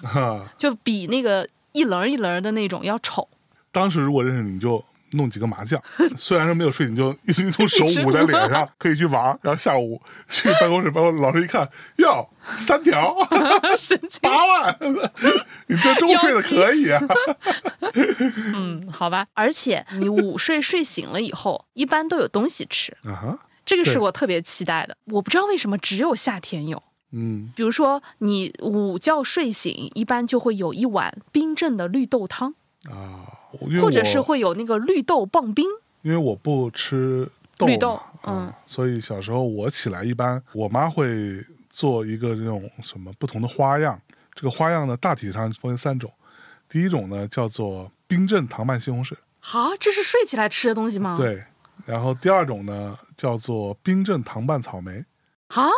[SPEAKER 3] 哈，
[SPEAKER 2] 就比那个一棱儿一棱儿的那种要
[SPEAKER 3] <laughs>
[SPEAKER 2] 丑。
[SPEAKER 3] 当时如果认识你，你就弄几个
[SPEAKER 2] <laughs>
[SPEAKER 3] 麻将，虽然说没有睡，你就一直用手捂在脸上，可以去玩。然后下午去办公室，办公老师一看，哟，三
[SPEAKER 2] <laughs>
[SPEAKER 3] 条，
[SPEAKER 2] 神经
[SPEAKER 3] 八万，你这中午睡的可
[SPEAKER 2] <laughs>
[SPEAKER 3] 以啊。
[SPEAKER 2] 嗯，好吧。而且你午睡睡醒了以后，一般都有东西吃，
[SPEAKER 3] 啊哈，
[SPEAKER 2] 这个
[SPEAKER 3] 对
[SPEAKER 2] 是我特别期待的。我不知道为什么只有夏天有。
[SPEAKER 3] 嗯，
[SPEAKER 2] 比如说你午觉睡醒，一般就会有一碗冰镇的绿豆汤，
[SPEAKER 3] 啊，因为我
[SPEAKER 2] 或者是会有那个绿豆棒冰。
[SPEAKER 3] 因为我不吃豆嘛，
[SPEAKER 2] 绿豆嗯
[SPEAKER 3] 啊，所以小时候我起来一般，我妈会做一个这种什么不同的花样。这个花样呢，大体上分为三种。第一种呢叫做冰镇糖拌西红柿，
[SPEAKER 2] 啊，这是睡起来吃的东西吗？。
[SPEAKER 3] 对。然后第二种呢叫做冰镇糖拌草莓，
[SPEAKER 2] 啊，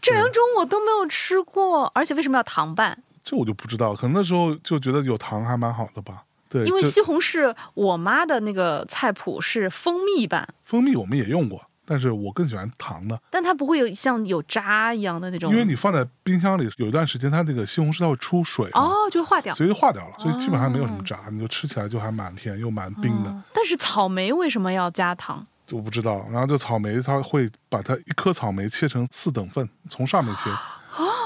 [SPEAKER 2] 这两种我都没有吃过，而且为什么要糖拌？
[SPEAKER 3] 这我就不知道，可能那时候就觉得有糖还蛮好的吧。对，
[SPEAKER 2] 因为
[SPEAKER 3] 就
[SPEAKER 2] 西红柿，我妈的那个菜谱是蜂蜜拌
[SPEAKER 3] 蜂蜜我们也用过，但是我更喜欢糖的，
[SPEAKER 2] 但它不会有像有渣一样的那种，
[SPEAKER 3] 因为你放在冰箱里有一段时间，它那个西红柿它会出水嘛，
[SPEAKER 2] 哦就会化掉。啊
[SPEAKER 3] 所以就化掉了，所以基本上没有什么渣，你就吃起来就还蛮甜又蛮冰的。
[SPEAKER 2] 但是草莓为什么要加糖？
[SPEAKER 3] 我不知道。然后这草莓，它会把它一颗草莓切成四等份，从上面切。
[SPEAKER 2] 哦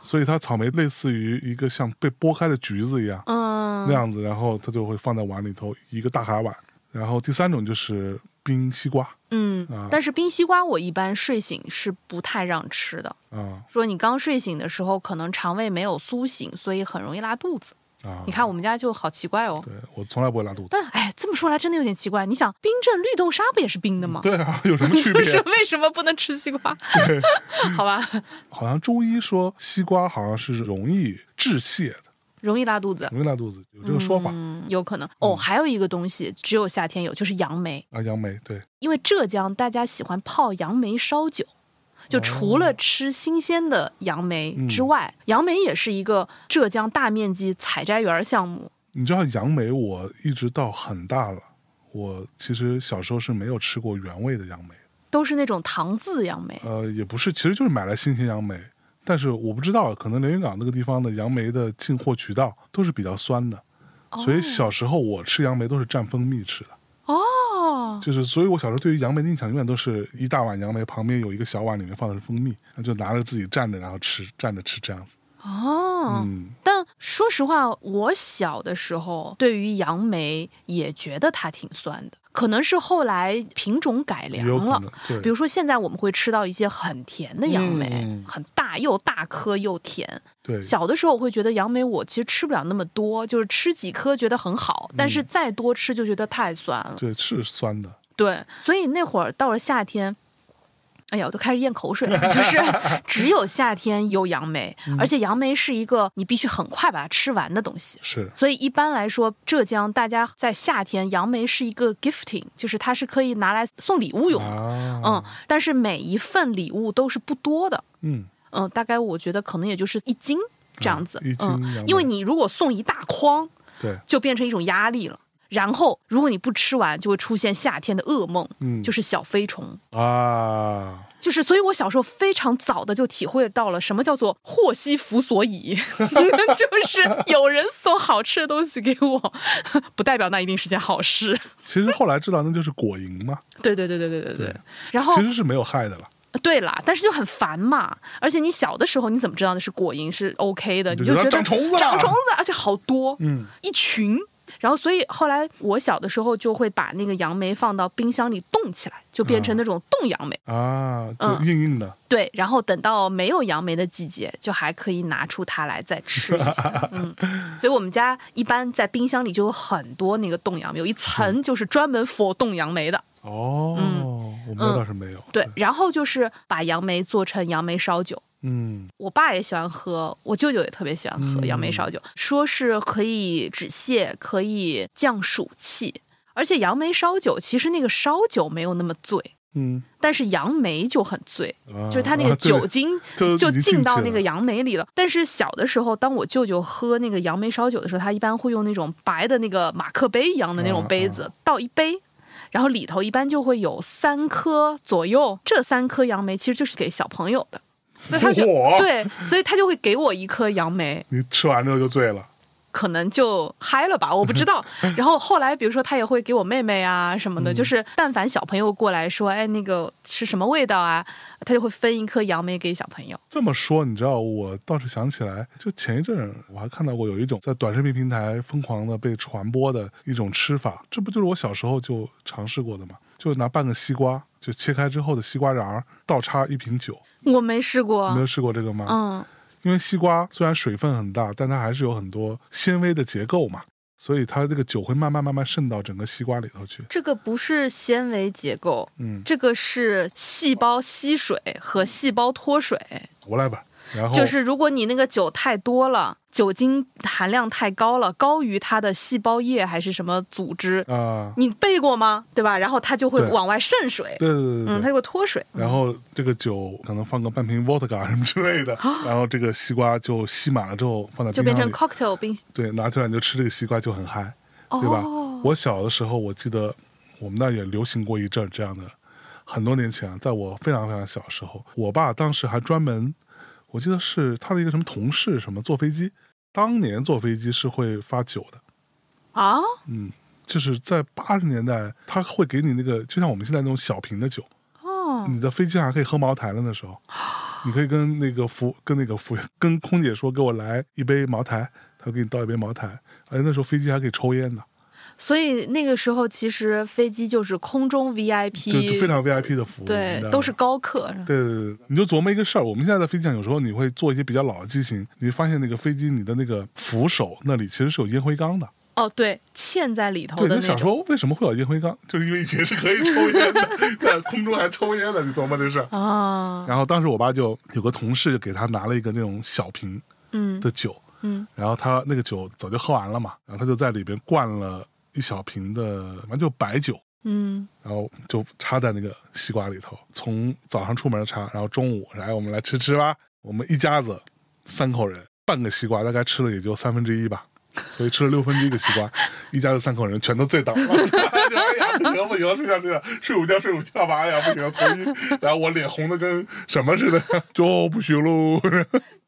[SPEAKER 3] 所以它草莓类似于一个像被剥开的橘子一样、
[SPEAKER 2] 嗯
[SPEAKER 3] 那，样子，然后它就会放在碗里头一个大海碗。然后第三种就是冰西瓜啊
[SPEAKER 2] 嗯，但是冰西瓜我一般睡醒是不太让吃的。
[SPEAKER 3] 啊
[SPEAKER 2] 说你刚睡醒的时候，可能肠胃没有苏醒，所以很容易拉肚子。
[SPEAKER 3] 啊！
[SPEAKER 2] 你看我们家就好奇怪哦。
[SPEAKER 3] 对我从来不会拉肚子。
[SPEAKER 2] 但哎，这么说来真的有点奇怪。你想，冰镇绿豆沙不也是冰的吗？
[SPEAKER 3] 对啊， <laughs> 有
[SPEAKER 2] <laughs>
[SPEAKER 3] 什么区
[SPEAKER 2] 就
[SPEAKER 3] 别？
[SPEAKER 2] 是为什么不能吃西瓜？ <laughs> 好吧，
[SPEAKER 3] 好像中医说西瓜好像是容易致泻的，
[SPEAKER 2] 容易拉肚子，
[SPEAKER 3] 容易拉肚子，有这个说法、
[SPEAKER 2] 嗯，有可能。哦，还有一个东西只有夏天有，就是杨梅。
[SPEAKER 3] 啊。杨梅对，
[SPEAKER 2] 因为浙江大家喜欢泡杨梅烧酒，就除
[SPEAKER 3] 哦
[SPEAKER 2] 了吃新鲜的杨梅
[SPEAKER 3] 嗯
[SPEAKER 2] 之外，杨梅也是一个浙江大面积采摘园项目。
[SPEAKER 3] 你知道杨梅，我一直到很大了，我其实小时候是没有吃过原味的杨梅，
[SPEAKER 2] 都是那种糖渍杨梅，
[SPEAKER 3] 呃，也不是，其实就是买来新鲜杨梅。但是我不知道，可能连云港那个地方的杨梅的进货渠道都是比较酸的，所以小时候我吃杨梅都是蘸蜂蜜吃的。
[SPEAKER 2] 哦，
[SPEAKER 3] 就是，所以我小时候对于杨梅的印象永远都是一大碗杨梅，旁边有一个小碗，里面放的是蜂蜜，然后就拿着自己蘸着，然后吃，蘸着吃这样子。
[SPEAKER 2] 哦，
[SPEAKER 3] 嗯，
[SPEAKER 2] 但说实话，我小的时候对于杨梅也觉得它挺酸的，可能是后来品种改
[SPEAKER 3] 也
[SPEAKER 2] 良
[SPEAKER 3] 有可
[SPEAKER 2] 了
[SPEAKER 3] 能。。对，
[SPEAKER 2] 比如说，现在我们会吃到一些很甜的杨梅，
[SPEAKER 3] 嗯
[SPEAKER 2] 很大又大颗又甜。
[SPEAKER 3] 对，
[SPEAKER 2] 小的时候我会觉得杨梅我其实吃不了那么多，就是吃几颗觉得很好，
[SPEAKER 3] 嗯
[SPEAKER 2] 但是再多吃就觉得太酸了。
[SPEAKER 3] 对是酸的。
[SPEAKER 2] 对，所以那会儿到了夏天。哎呀，我都开始咽口水了。就是
[SPEAKER 3] <laughs>
[SPEAKER 2] 只有夏天有杨梅，
[SPEAKER 3] 嗯
[SPEAKER 2] 而且杨梅是一个你必须很快把它吃完的东西。
[SPEAKER 3] 是，
[SPEAKER 2] 所以一般来说，浙江大家在夏天杨梅是一个 gifting，就是它是可以拿来送礼物用的。
[SPEAKER 3] 啊，
[SPEAKER 2] 嗯，但是每一份礼物都是不多的。
[SPEAKER 3] 嗯，
[SPEAKER 2] 嗯，大概我觉得可能也就是一斤这样子。
[SPEAKER 3] 啊一斤
[SPEAKER 2] 嗯
[SPEAKER 3] 两，
[SPEAKER 2] 因为
[SPEAKER 3] 百
[SPEAKER 2] 你如果送一大筐，
[SPEAKER 3] 对，
[SPEAKER 2] 就变成一种压力了。然后，如果你不吃完，就会出现夏天的噩梦，
[SPEAKER 3] 嗯
[SPEAKER 2] 就是小飞虫。
[SPEAKER 3] 啊，
[SPEAKER 2] 就是，所以我小时候非常早的就体会到了什么叫做祸兮福所倚， <laughs> 就是有人送好吃的东西给我， <laughs> 不代表那一定是件好事。 <laughs>
[SPEAKER 3] 其实后来知道那就是果蝇嘛，
[SPEAKER 2] 对对对对对对对。然后
[SPEAKER 3] 其实是没有害的了，
[SPEAKER 2] 对啦，但是就很烦嘛。而且你小的时候你怎么知道那是果蝇是 OK 的？
[SPEAKER 3] 你就
[SPEAKER 2] 你就
[SPEAKER 3] 觉
[SPEAKER 2] 觉
[SPEAKER 3] 得
[SPEAKER 2] 得
[SPEAKER 3] 长虫子了
[SPEAKER 2] 长虫子，而且好多，
[SPEAKER 3] 嗯，
[SPEAKER 2] 一群。然后所以后来我小的时候就会把那个杨梅放到冰箱里冻起来，就变成那种冻杨梅。
[SPEAKER 3] 啊，就
[SPEAKER 2] 嗯
[SPEAKER 3] 硬硬的，
[SPEAKER 2] 对，然后等到没有杨梅的季节，就还可以拿出它来再吃一
[SPEAKER 3] <laughs>
[SPEAKER 2] 下。嗯，所以我们家一般在冰箱里就有很多那个冻杨梅，有一
[SPEAKER 3] 嗯
[SPEAKER 2] 层就是专门 for 冻杨梅的。
[SPEAKER 3] 哦，我们那倒是没有，
[SPEAKER 2] 嗯对，，然后就是把杨梅做成杨梅烧酒。
[SPEAKER 3] 嗯，
[SPEAKER 2] 我爸也喜欢喝，我舅舅也特别喜欢喝
[SPEAKER 3] 嗯
[SPEAKER 2] 杨梅烧酒，说是可以止泻，可以降暑气。而且杨梅烧酒其实那个烧酒没有那么醉，
[SPEAKER 3] 嗯，
[SPEAKER 2] 但是杨梅就很醉，就
[SPEAKER 3] 就
[SPEAKER 2] 是它
[SPEAKER 3] <laughs>
[SPEAKER 2] 那个酒，精
[SPEAKER 3] 都已
[SPEAKER 2] 就
[SPEAKER 3] 经
[SPEAKER 2] 进到
[SPEAKER 3] 去
[SPEAKER 2] 那个杨梅里了。但是小的时候，当我舅舅喝那个杨梅烧酒的时候，他一般会用那种白的那个马克杯一样的那种杯子、倒一杯。然后里头一般就会有三颗左右，这三颗杨梅其实就是给小朋友的，所以他就
[SPEAKER 3] 嚯
[SPEAKER 2] 对，所以他就会给我一颗杨梅，
[SPEAKER 3] 你吃完之后就醉了，
[SPEAKER 2] 可能就嗨了吧，我不知道。然后后来，比如说他也会给我妹妹啊什么的，就是但凡小朋友过来说，哎，那个是什么味道啊，他就会分一颗杨梅给小朋友。
[SPEAKER 3] 这么说，你知道，我倒是想起来，就前一阵儿我还看到过有一种在短视频平台疯狂的被传播的一种吃法，这不就是我小时候就尝试过的吗？就拿半个西瓜，就切开之后的西瓜瓤儿，倒插一瓶酒，
[SPEAKER 2] 我没试
[SPEAKER 3] 你没有
[SPEAKER 2] 过，
[SPEAKER 3] 试过这个吗？
[SPEAKER 2] 嗯，
[SPEAKER 3] 因为西瓜虽然水分很大，但它还是有很多纤维的结构嘛，所以它这个酒会慢慢慢慢渗到整个西瓜里头去。
[SPEAKER 2] 这个不是纤维结构，
[SPEAKER 3] 嗯，
[SPEAKER 2] 这个是细胞吸水和细胞脱水。
[SPEAKER 3] 我来吧，然后
[SPEAKER 2] 就是如果你那个酒太多了，酒精含量太高了，高于它的细胞液还是什么组织，
[SPEAKER 3] 啊、
[SPEAKER 2] 你背过吗？对吧？然后它就会
[SPEAKER 3] 对
[SPEAKER 2] 往外渗水，
[SPEAKER 3] 对对对对
[SPEAKER 2] 嗯，它
[SPEAKER 3] 对。
[SPEAKER 2] 就会脱水。
[SPEAKER 3] 然后这个酒可能放个半瓶 vodka 什么之类的，然后这个西瓜就吸满了之后放在
[SPEAKER 2] 啊就
[SPEAKER 3] 冰
[SPEAKER 2] 变
[SPEAKER 3] 箱
[SPEAKER 2] 成
[SPEAKER 3] 里，
[SPEAKER 2] cocktail 冰
[SPEAKER 3] 对，拿出来你就吃这个西瓜就很嗨，对吧？
[SPEAKER 2] 哦
[SPEAKER 3] 我小的时候我记得我们那儿也流行过一阵儿这样的，很多年前啊，在我非常非常小的时候，我爸当时还专门，我记得是他的一个什么同事，什么坐飞机，当年坐飞机是会发酒的，
[SPEAKER 2] 啊，
[SPEAKER 3] 嗯，就是在八十年代，他会给你那个，就像我们现在那种小瓶的酒，
[SPEAKER 2] 哦，
[SPEAKER 3] 你在飞机上还可以喝茅台了。那时候，你可以跟那个服跟那个服务员跟空姐说，给我来一杯茅台，他给你倒一杯茅台。而且那时候飞机还可以抽烟的，
[SPEAKER 2] 所以那个时候其实飞机就是空中
[SPEAKER 3] 就就
[SPEAKER 2] VIP，
[SPEAKER 3] 非常 VIP 的服务，你知
[SPEAKER 2] 对
[SPEAKER 3] 道，吗
[SPEAKER 2] 都是高客，是吧
[SPEAKER 3] 对对对，对你就琢磨一个事儿。我们现在在飞机上，有时候你会做一些比较老的机型，你会发现那个飞机你的那个扶手那里其实是有烟灰缸的。
[SPEAKER 2] 哦，对，嵌在里头
[SPEAKER 3] 对，
[SPEAKER 2] 哦的
[SPEAKER 3] 你
[SPEAKER 2] 那
[SPEAKER 3] 想
[SPEAKER 2] 种，
[SPEAKER 3] 说为什么会有烟灰缸？就是因为以前是可以抽烟
[SPEAKER 2] <laughs>
[SPEAKER 3] 的，在空中还抽烟的，你琢磨这事儿。
[SPEAKER 2] 啊，
[SPEAKER 3] 然后当时我爸就有个同事就给他拿了一个那种小瓶
[SPEAKER 2] 嗯
[SPEAKER 3] 的酒，
[SPEAKER 2] 嗯，
[SPEAKER 3] 然后他那个酒早就喝完了嘛，然后他就在里边灌了一小瓶的，反正就白酒，
[SPEAKER 2] 嗯，
[SPEAKER 3] 然后就插在那个西瓜里头，从早上出门插，然后中午来我们来吃吃吧，我们一家子三口人，半个西瓜大概吃了也就三分之一吧， <laughs> 所以吃了六分之一个西瓜，一家子三口人全都醉倒了， <laughs> 就哎呀不行不行，睡觉睡觉， <laughs> 睡午觉睡午觉吧，哎呀不行头晕，然后我脸红的跟什么似的，就不行喽，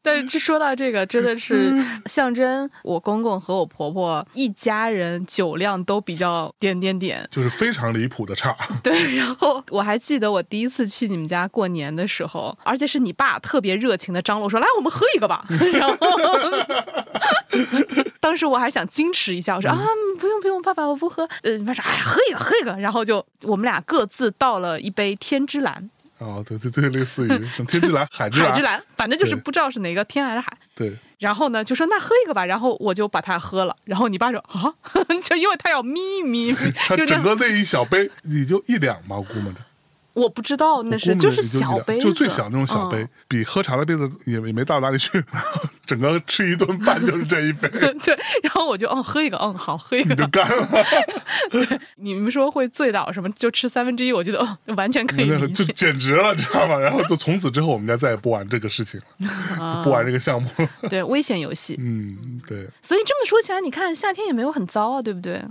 [SPEAKER 2] 但是这说到这个，真的是
[SPEAKER 3] 嗯
[SPEAKER 2] 象征我公公和我婆婆一家人酒量都比较点点点。
[SPEAKER 3] <laughs>
[SPEAKER 2] <laughs>
[SPEAKER 3] 就是非常离谱的差，
[SPEAKER 2] 对，然后我还记得我第一次去你们家过年的时候，而且是你爸特别热情的张罗说：“来，我们喝一个
[SPEAKER 3] <laughs>
[SPEAKER 2] 吧。”然后当时我还想矜持一下，我说：“啊，
[SPEAKER 3] 嗯
[SPEAKER 2] 不用不用，爸爸我不喝。”呃，你爸说：“哎，喝一个喝一个。”然后就我们俩各自倒了一杯天之蓝、
[SPEAKER 3] 哦，对对对，类似于什么天之蓝、海之
[SPEAKER 2] 海
[SPEAKER 3] 蓝，
[SPEAKER 2] 之蓝，反正就是
[SPEAKER 3] 对
[SPEAKER 2] 不知道是哪个天还是海。
[SPEAKER 3] 对，
[SPEAKER 2] 然后呢，就说那喝一个吧，然后我就把它喝了。然后你爸说啊， <laughs> 就因为他要咪咪，
[SPEAKER 3] 它
[SPEAKER 2] 就这
[SPEAKER 3] 整
[SPEAKER 2] 样。
[SPEAKER 3] 个那一小杯也就一两吧，我估摸着。
[SPEAKER 2] 我不知道那
[SPEAKER 3] 我
[SPEAKER 2] 是
[SPEAKER 3] 估摸着
[SPEAKER 2] 是
[SPEAKER 3] 也一
[SPEAKER 2] 小
[SPEAKER 3] 两
[SPEAKER 2] 杯子，
[SPEAKER 3] 就最小那种小杯，
[SPEAKER 2] 嗯
[SPEAKER 3] 比喝茶的杯子也也没大到哪里去。整个吃一顿饭就是这一杯，
[SPEAKER 2] 对，然后我就嗯喝一个，嗯好喝一
[SPEAKER 3] 你就
[SPEAKER 2] 个。
[SPEAKER 3] 干
[SPEAKER 2] <laughs>
[SPEAKER 3] 了，
[SPEAKER 2] 你们说会醉倒什么，就吃三分之一，我觉得嗯完全可以
[SPEAKER 3] 那
[SPEAKER 2] 理
[SPEAKER 3] 个就
[SPEAKER 2] 解。 <laughs>
[SPEAKER 3] 简直了，知道吗？然后就从此之后，我们家再也不玩这个事情了，
[SPEAKER 2] 嗯
[SPEAKER 3] 就不玩这个项目了。 <laughs>
[SPEAKER 2] 对，危险游戏。
[SPEAKER 3] 嗯，对。
[SPEAKER 2] 所以这么说起来，你看夏天也没有很糟啊，对不对？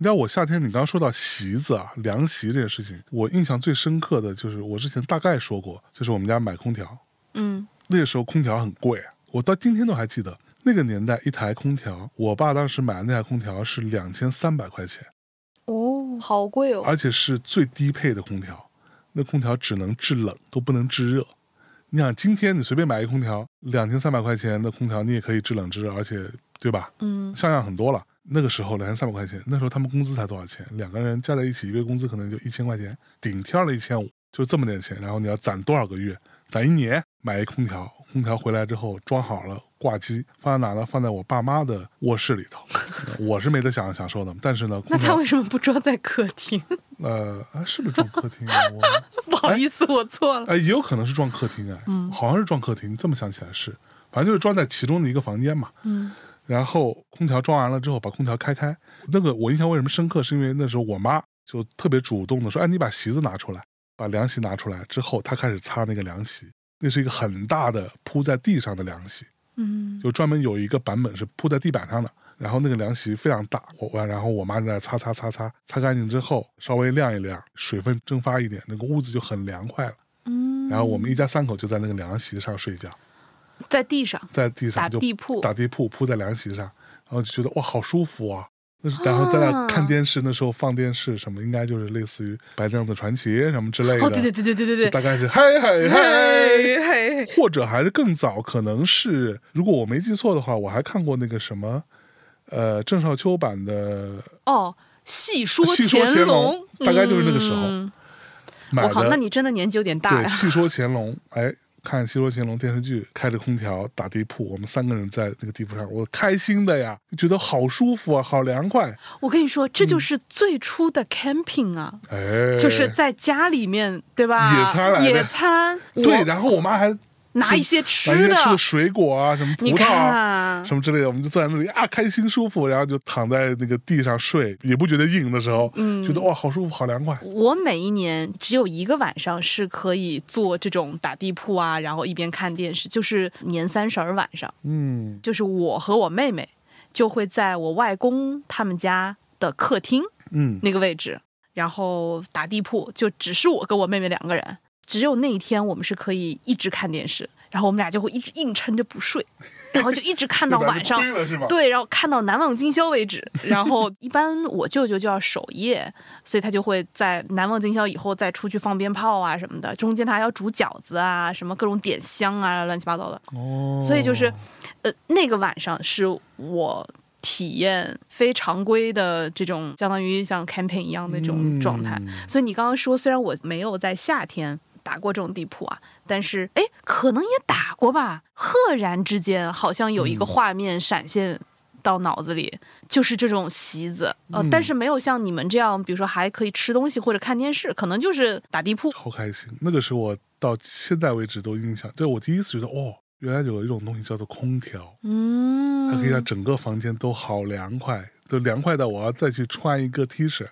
[SPEAKER 3] 你知道我夏天，你刚刚说到席子啊、凉席这件事情，我印象最深刻的就是我之前大概说过，就是我们家买空调，
[SPEAKER 2] 嗯，
[SPEAKER 3] 那个时候空调很贵，啊我到今天都还记得。那个年代一台空调，我爸当时买的那台空调是两千三百块钱，
[SPEAKER 5] 哦，好贵哦。
[SPEAKER 3] 而且是最低配的空调。那空调只能制冷，都不能制热。你想，今天你随便买一空调，两千三百块钱的空调，你也可以制冷制热，而且对吧？
[SPEAKER 2] 嗯，
[SPEAKER 3] 像样很多了。那个时候两千三百块钱，那时候他们工资才多少钱？两个人加在一起，一个月工资可能就一千块钱，顶天了一千五，就这么点钱。然后你要攒多少个月？攒一年买一空调，空调回来之后装好了挂机，放在哪呢？放在我爸妈的卧室里头。 <laughs> 我是没得享享受的，但是呢，
[SPEAKER 2] 那他
[SPEAKER 3] 空调
[SPEAKER 2] 为什么不装在客厅？ <laughs>
[SPEAKER 3] 呃、啊是不是装客厅啊？我
[SPEAKER 2] 不好意思，我错了。
[SPEAKER 3] 哎也有可能是装客厅哎，好像是装客厅，这么想起来是，反正就是装在其中的一个房间嘛。
[SPEAKER 2] 嗯
[SPEAKER 3] 然后空调装完了之后，把空调开开。那个我印象为什么深刻，是因为那时候我妈就特别主动的说：“哎，你把席子拿出来，把凉席拿出来。”之后她开始擦那个凉席，那是一个很大的铺在地上的凉席，
[SPEAKER 2] 嗯，
[SPEAKER 3] 就专门有一个版本是铺在地板上的。然后那个凉席非常大，我我然后我妈在那擦擦擦擦擦干净之后，稍微晾一晾，水分蒸发一点，那个屋子就很凉快了。
[SPEAKER 2] 嗯，
[SPEAKER 3] 然后我们一家三口就在那个凉席上睡觉。
[SPEAKER 2] 在地上
[SPEAKER 3] 在地上
[SPEAKER 2] 打
[SPEAKER 3] 就
[SPEAKER 2] 地铺
[SPEAKER 3] 打地铺铺在凉席上，然后就觉得哇，好舒服啊。那是然后在那看电视，那时候放电视什么，应该就是类似于《白娘子传奇》什么之类的。
[SPEAKER 2] 哦，对对对对对对对，
[SPEAKER 3] 大概是嘿嘿嘿。
[SPEAKER 2] 嘿嘿，
[SPEAKER 3] 或者还是更早，可能是如果我没记错的话，我还看过那个什么，呃，郑少秋版的
[SPEAKER 2] 哦，细说
[SPEAKER 3] 啊细说乾
[SPEAKER 2] 隆
[SPEAKER 3] 隆，大概就是那个时候
[SPEAKER 2] 嗯
[SPEAKER 3] 买
[SPEAKER 2] 我靠，
[SPEAKER 3] 的
[SPEAKER 2] 那你真的年纪有点大
[SPEAKER 3] 对《
[SPEAKER 2] 呀。
[SPEAKER 3] 戏说
[SPEAKER 2] <laughs>
[SPEAKER 3] 乾隆》，哎，看《戏说乾隆》电视剧，开着空调打地铺，我们三个人在那个地铺上，我开心的呀，就觉得好舒服啊，好凉快，
[SPEAKER 2] 我跟你说，这就是最初的 camping 啊，
[SPEAKER 3] 哎，
[SPEAKER 2] 就是在家里面，对吧？
[SPEAKER 3] 野餐来的
[SPEAKER 2] 野餐，
[SPEAKER 3] 对，
[SPEAKER 2] 我
[SPEAKER 3] 然后我妈还
[SPEAKER 2] 拿一些
[SPEAKER 3] 买一
[SPEAKER 2] 吃
[SPEAKER 3] 些吃
[SPEAKER 2] 的
[SPEAKER 3] 的，水果啊，什么葡
[SPEAKER 2] 你
[SPEAKER 3] 萄啊。
[SPEAKER 2] 看，
[SPEAKER 3] 什么之类的，我们就坐在那里啊，开心舒服，然后就躺在那个地上睡，也不觉得硬的时候，
[SPEAKER 2] 嗯
[SPEAKER 3] 觉得哇，好舒服，好凉快。
[SPEAKER 2] 我每一年只有一个晚上是可以做这种打地铺啊，然后一边看电视，就是年三十儿晚上。
[SPEAKER 3] 嗯，
[SPEAKER 2] 就是我和我妹妹就会在我外公他们家的客厅
[SPEAKER 3] 嗯，
[SPEAKER 2] 那个位置，然后打地铺，就只是我跟我妹妹两个人。只有那一天，我们是可以一直看电视，然后我们俩就会一直硬撑着不睡，然后就一直看到
[SPEAKER 3] <laughs> 要不然就
[SPEAKER 2] 晚上
[SPEAKER 3] 亏，了是吧？
[SPEAKER 2] 对，然后看到难忘今宵为止。然后一般我舅舅就要守夜，所以他就会在难忘今宵以后再出去放鞭炮啊什么的，中间他还要煮饺子啊，什么各种点香啊，乱七八糟的。
[SPEAKER 3] 哦，
[SPEAKER 2] 所以就是，呃，那个晚上是我体验非常规的这种，相当于像 camping 一样的这种状态。
[SPEAKER 3] 嗯
[SPEAKER 2] 所以你刚刚说，虽然我没有在夏天打过这种地铺啊，但是哎，可能也打过吧。赫然之间，好像有一个
[SPEAKER 3] 嗯
[SPEAKER 2] 画面闪现到脑子里，就是这种席子，呃，
[SPEAKER 3] 嗯
[SPEAKER 2] 但是没有像你们这样，比如说还可以吃东西或者看电视，可能就是打地铺。
[SPEAKER 3] 好开心，那个是我到现在为止都印象，对我第一次觉得哦，原来有一种东西叫做空调，它可以让
[SPEAKER 2] 嗯，
[SPEAKER 3] 整个房间都好凉快，都凉快到我要再去穿一个
[SPEAKER 2] <laughs>
[SPEAKER 3] T 恤，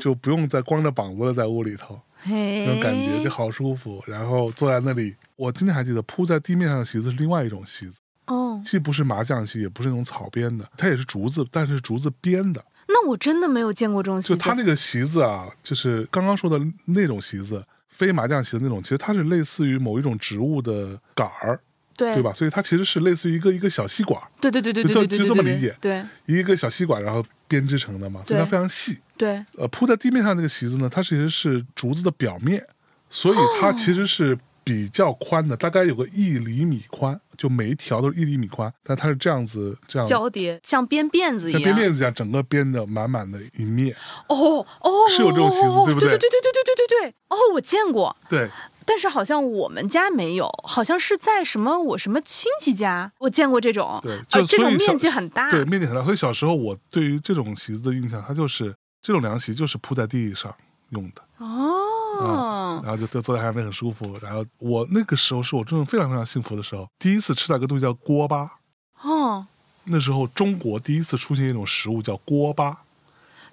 [SPEAKER 3] 就不用再光着膀子了，在屋里头那
[SPEAKER 2] 那
[SPEAKER 3] 种感觉就好舒服。然后坐在那里，我今天还记得铺在地面上的席子是另外一种席子，
[SPEAKER 2] 哦，
[SPEAKER 3] 既不是麻将席，也不是那种草编的，它也是竹子，但是竹子编的。
[SPEAKER 2] 那我真的没有见过这种席
[SPEAKER 3] 就
[SPEAKER 2] 子。
[SPEAKER 3] 它那个席子啊，就是刚刚说的那种席子，非麻将席的那种，其实它是类似于某一种植物的杆儿，
[SPEAKER 2] 对
[SPEAKER 3] 对吧？所以它其实是类似于一个一个小吸管，
[SPEAKER 2] 对对对对
[SPEAKER 3] 就
[SPEAKER 2] 对对对，
[SPEAKER 3] 这就这么
[SPEAKER 2] 对
[SPEAKER 3] 理解
[SPEAKER 2] 对
[SPEAKER 3] 一个小吸管，然后编织成的嘛，所以它
[SPEAKER 2] 对
[SPEAKER 3] 非常细。
[SPEAKER 2] 对，
[SPEAKER 3] 呃，铺在地面上那个席子呢，它其实是竹子的表面，所以它其实是比较宽的，大概有个一厘米宽，就每一条都是一厘米宽，但它是这样子这样。
[SPEAKER 2] 交叠像编辫子一
[SPEAKER 3] 嗯像
[SPEAKER 2] 样。
[SPEAKER 3] 编辫子一样，整个编的满满的一面，
[SPEAKER 2] 哦哦，
[SPEAKER 3] 是有这种习俗
[SPEAKER 2] 哦哦
[SPEAKER 3] 对不对
[SPEAKER 2] 对？对对对对对对对对。哦，我见过，
[SPEAKER 3] 对，
[SPEAKER 2] 但是好像我们家没有，好像是在什么我什么亲戚家，我见过这种，
[SPEAKER 3] 对，就
[SPEAKER 2] 呃，这
[SPEAKER 3] 所
[SPEAKER 2] 种
[SPEAKER 3] 以小
[SPEAKER 2] 面积很大，
[SPEAKER 3] 对，面积很大。所以小时候我对于这种席子的印象，它就是这种凉席就是铺在地上用的，
[SPEAKER 2] 哦，
[SPEAKER 3] 然后就就坐在上面很舒服。然后我那个时候是我真的非常非常幸福的时候，第一次吃到一个东西叫锅巴。
[SPEAKER 2] 哦，
[SPEAKER 3] 那时候中国第一次出现一种食物叫锅巴，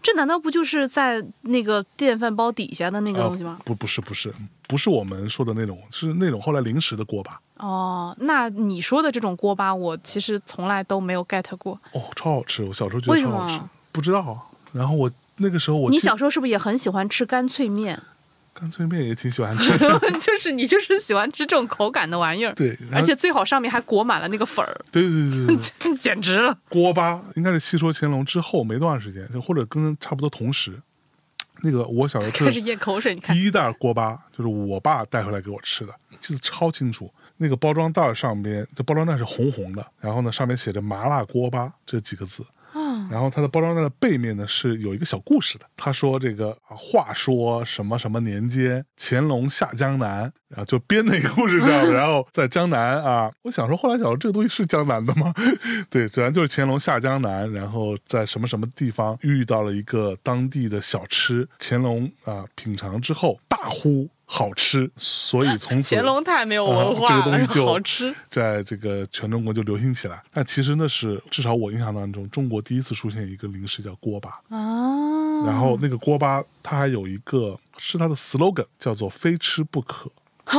[SPEAKER 2] 这难道不就是在那个电饭煲底下的那个
[SPEAKER 3] 啊
[SPEAKER 2] 东西吗？
[SPEAKER 3] 不，不是，不是，不是我们说的那种，是那种后来临时的锅巴。
[SPEAKER 2] 哦，那你说的这种锅巴，我其实从来都没有 get 过。
[SPEAKER 3] 哦，超好吃！我小时候觉得
[SPEAKER 2] 为什
[SPEAKER 3] 超
[SPEAKER 2] 么
[SPEAKER 3] 好吃，不知道啊。然后我那个时候我
[SPEAKER 2] 你
[SPEAKER 3] 记
[SPEAKER 2] 小时候是不是也很喜欢吃干脆
[SPEAKER 3] <laughs>
[SPEAKER 2] 面？，
[SPEAKER 3] 干脆面也挺喜欢
[SPEAKER 2] <laughs>
[SPEAKER 3] 吃
[SPEAKER 2] 就是你就是喜欢吃这种口感的玩意儿，
[SPEAKER 3] 对，然后
[SPEAKER 2] 而且最好上面还裹满了那个粉儿，
[SPEAKER 3] 对对对对
[SPEAKER 2] <laughs>
[SPEAKER 3] 对，
[SPEAKER 2] 简直了。
[SPEAKER 3] 锅巴应该是《戏说乾隆》之后没多长时间，就或者跟差不多同时。那个我小时候吃
[SPEAKER 2] 开
[SPEAKER 3] 的
[SPEAKER 2] 始咽口水，你看
[SPEAKER 3] 第一袋锅巴就是我爸带回来给我吃的，记得超清楚。那个包装袋上边，这包装袋是红红的，然后呢上面写着“麻辣锅巴”这几个字。
[SPEAKER 2] 啊
[SPEAKER 3] 嗯，然后它的包装袋的背面呢是有一个小故事的。他说这个啊话说什么什么年间，乾隆下江南，然后就编的一个故事这样。然后在江南啊，我想说后来想说这个东西是江南的吗？ <laughs> 对，主要就是乾隆下江南，然后在什么什么地方遇到了一个当地的小吃，乾隆啊、品尝之后大呼好吃，所以从
[SPEAKER 2] <laughs>
[SPEAKER 3] 此
[SPEAKER 2] 乾隆太没有文
[SPEAKER 3] 啊
[SPEAKER 2] 化
[SPEAKER 3] 这个
[SPEAKER 2] 了，
[SPEAKER 3] 东西就
[SPEAKER 2] 好吃。
[SPEAKER 3] 在这个全中国就流行起来。但其实那是至少我印象当中，中国第一次出现一个零食叫锅巴，
[SPEAKER 2] 啊
[SPEAKER 3] 然后那个锅巴它还有一个是它的 slogan 叫做“非吃不可
[SPEAKER 2] 啊，”，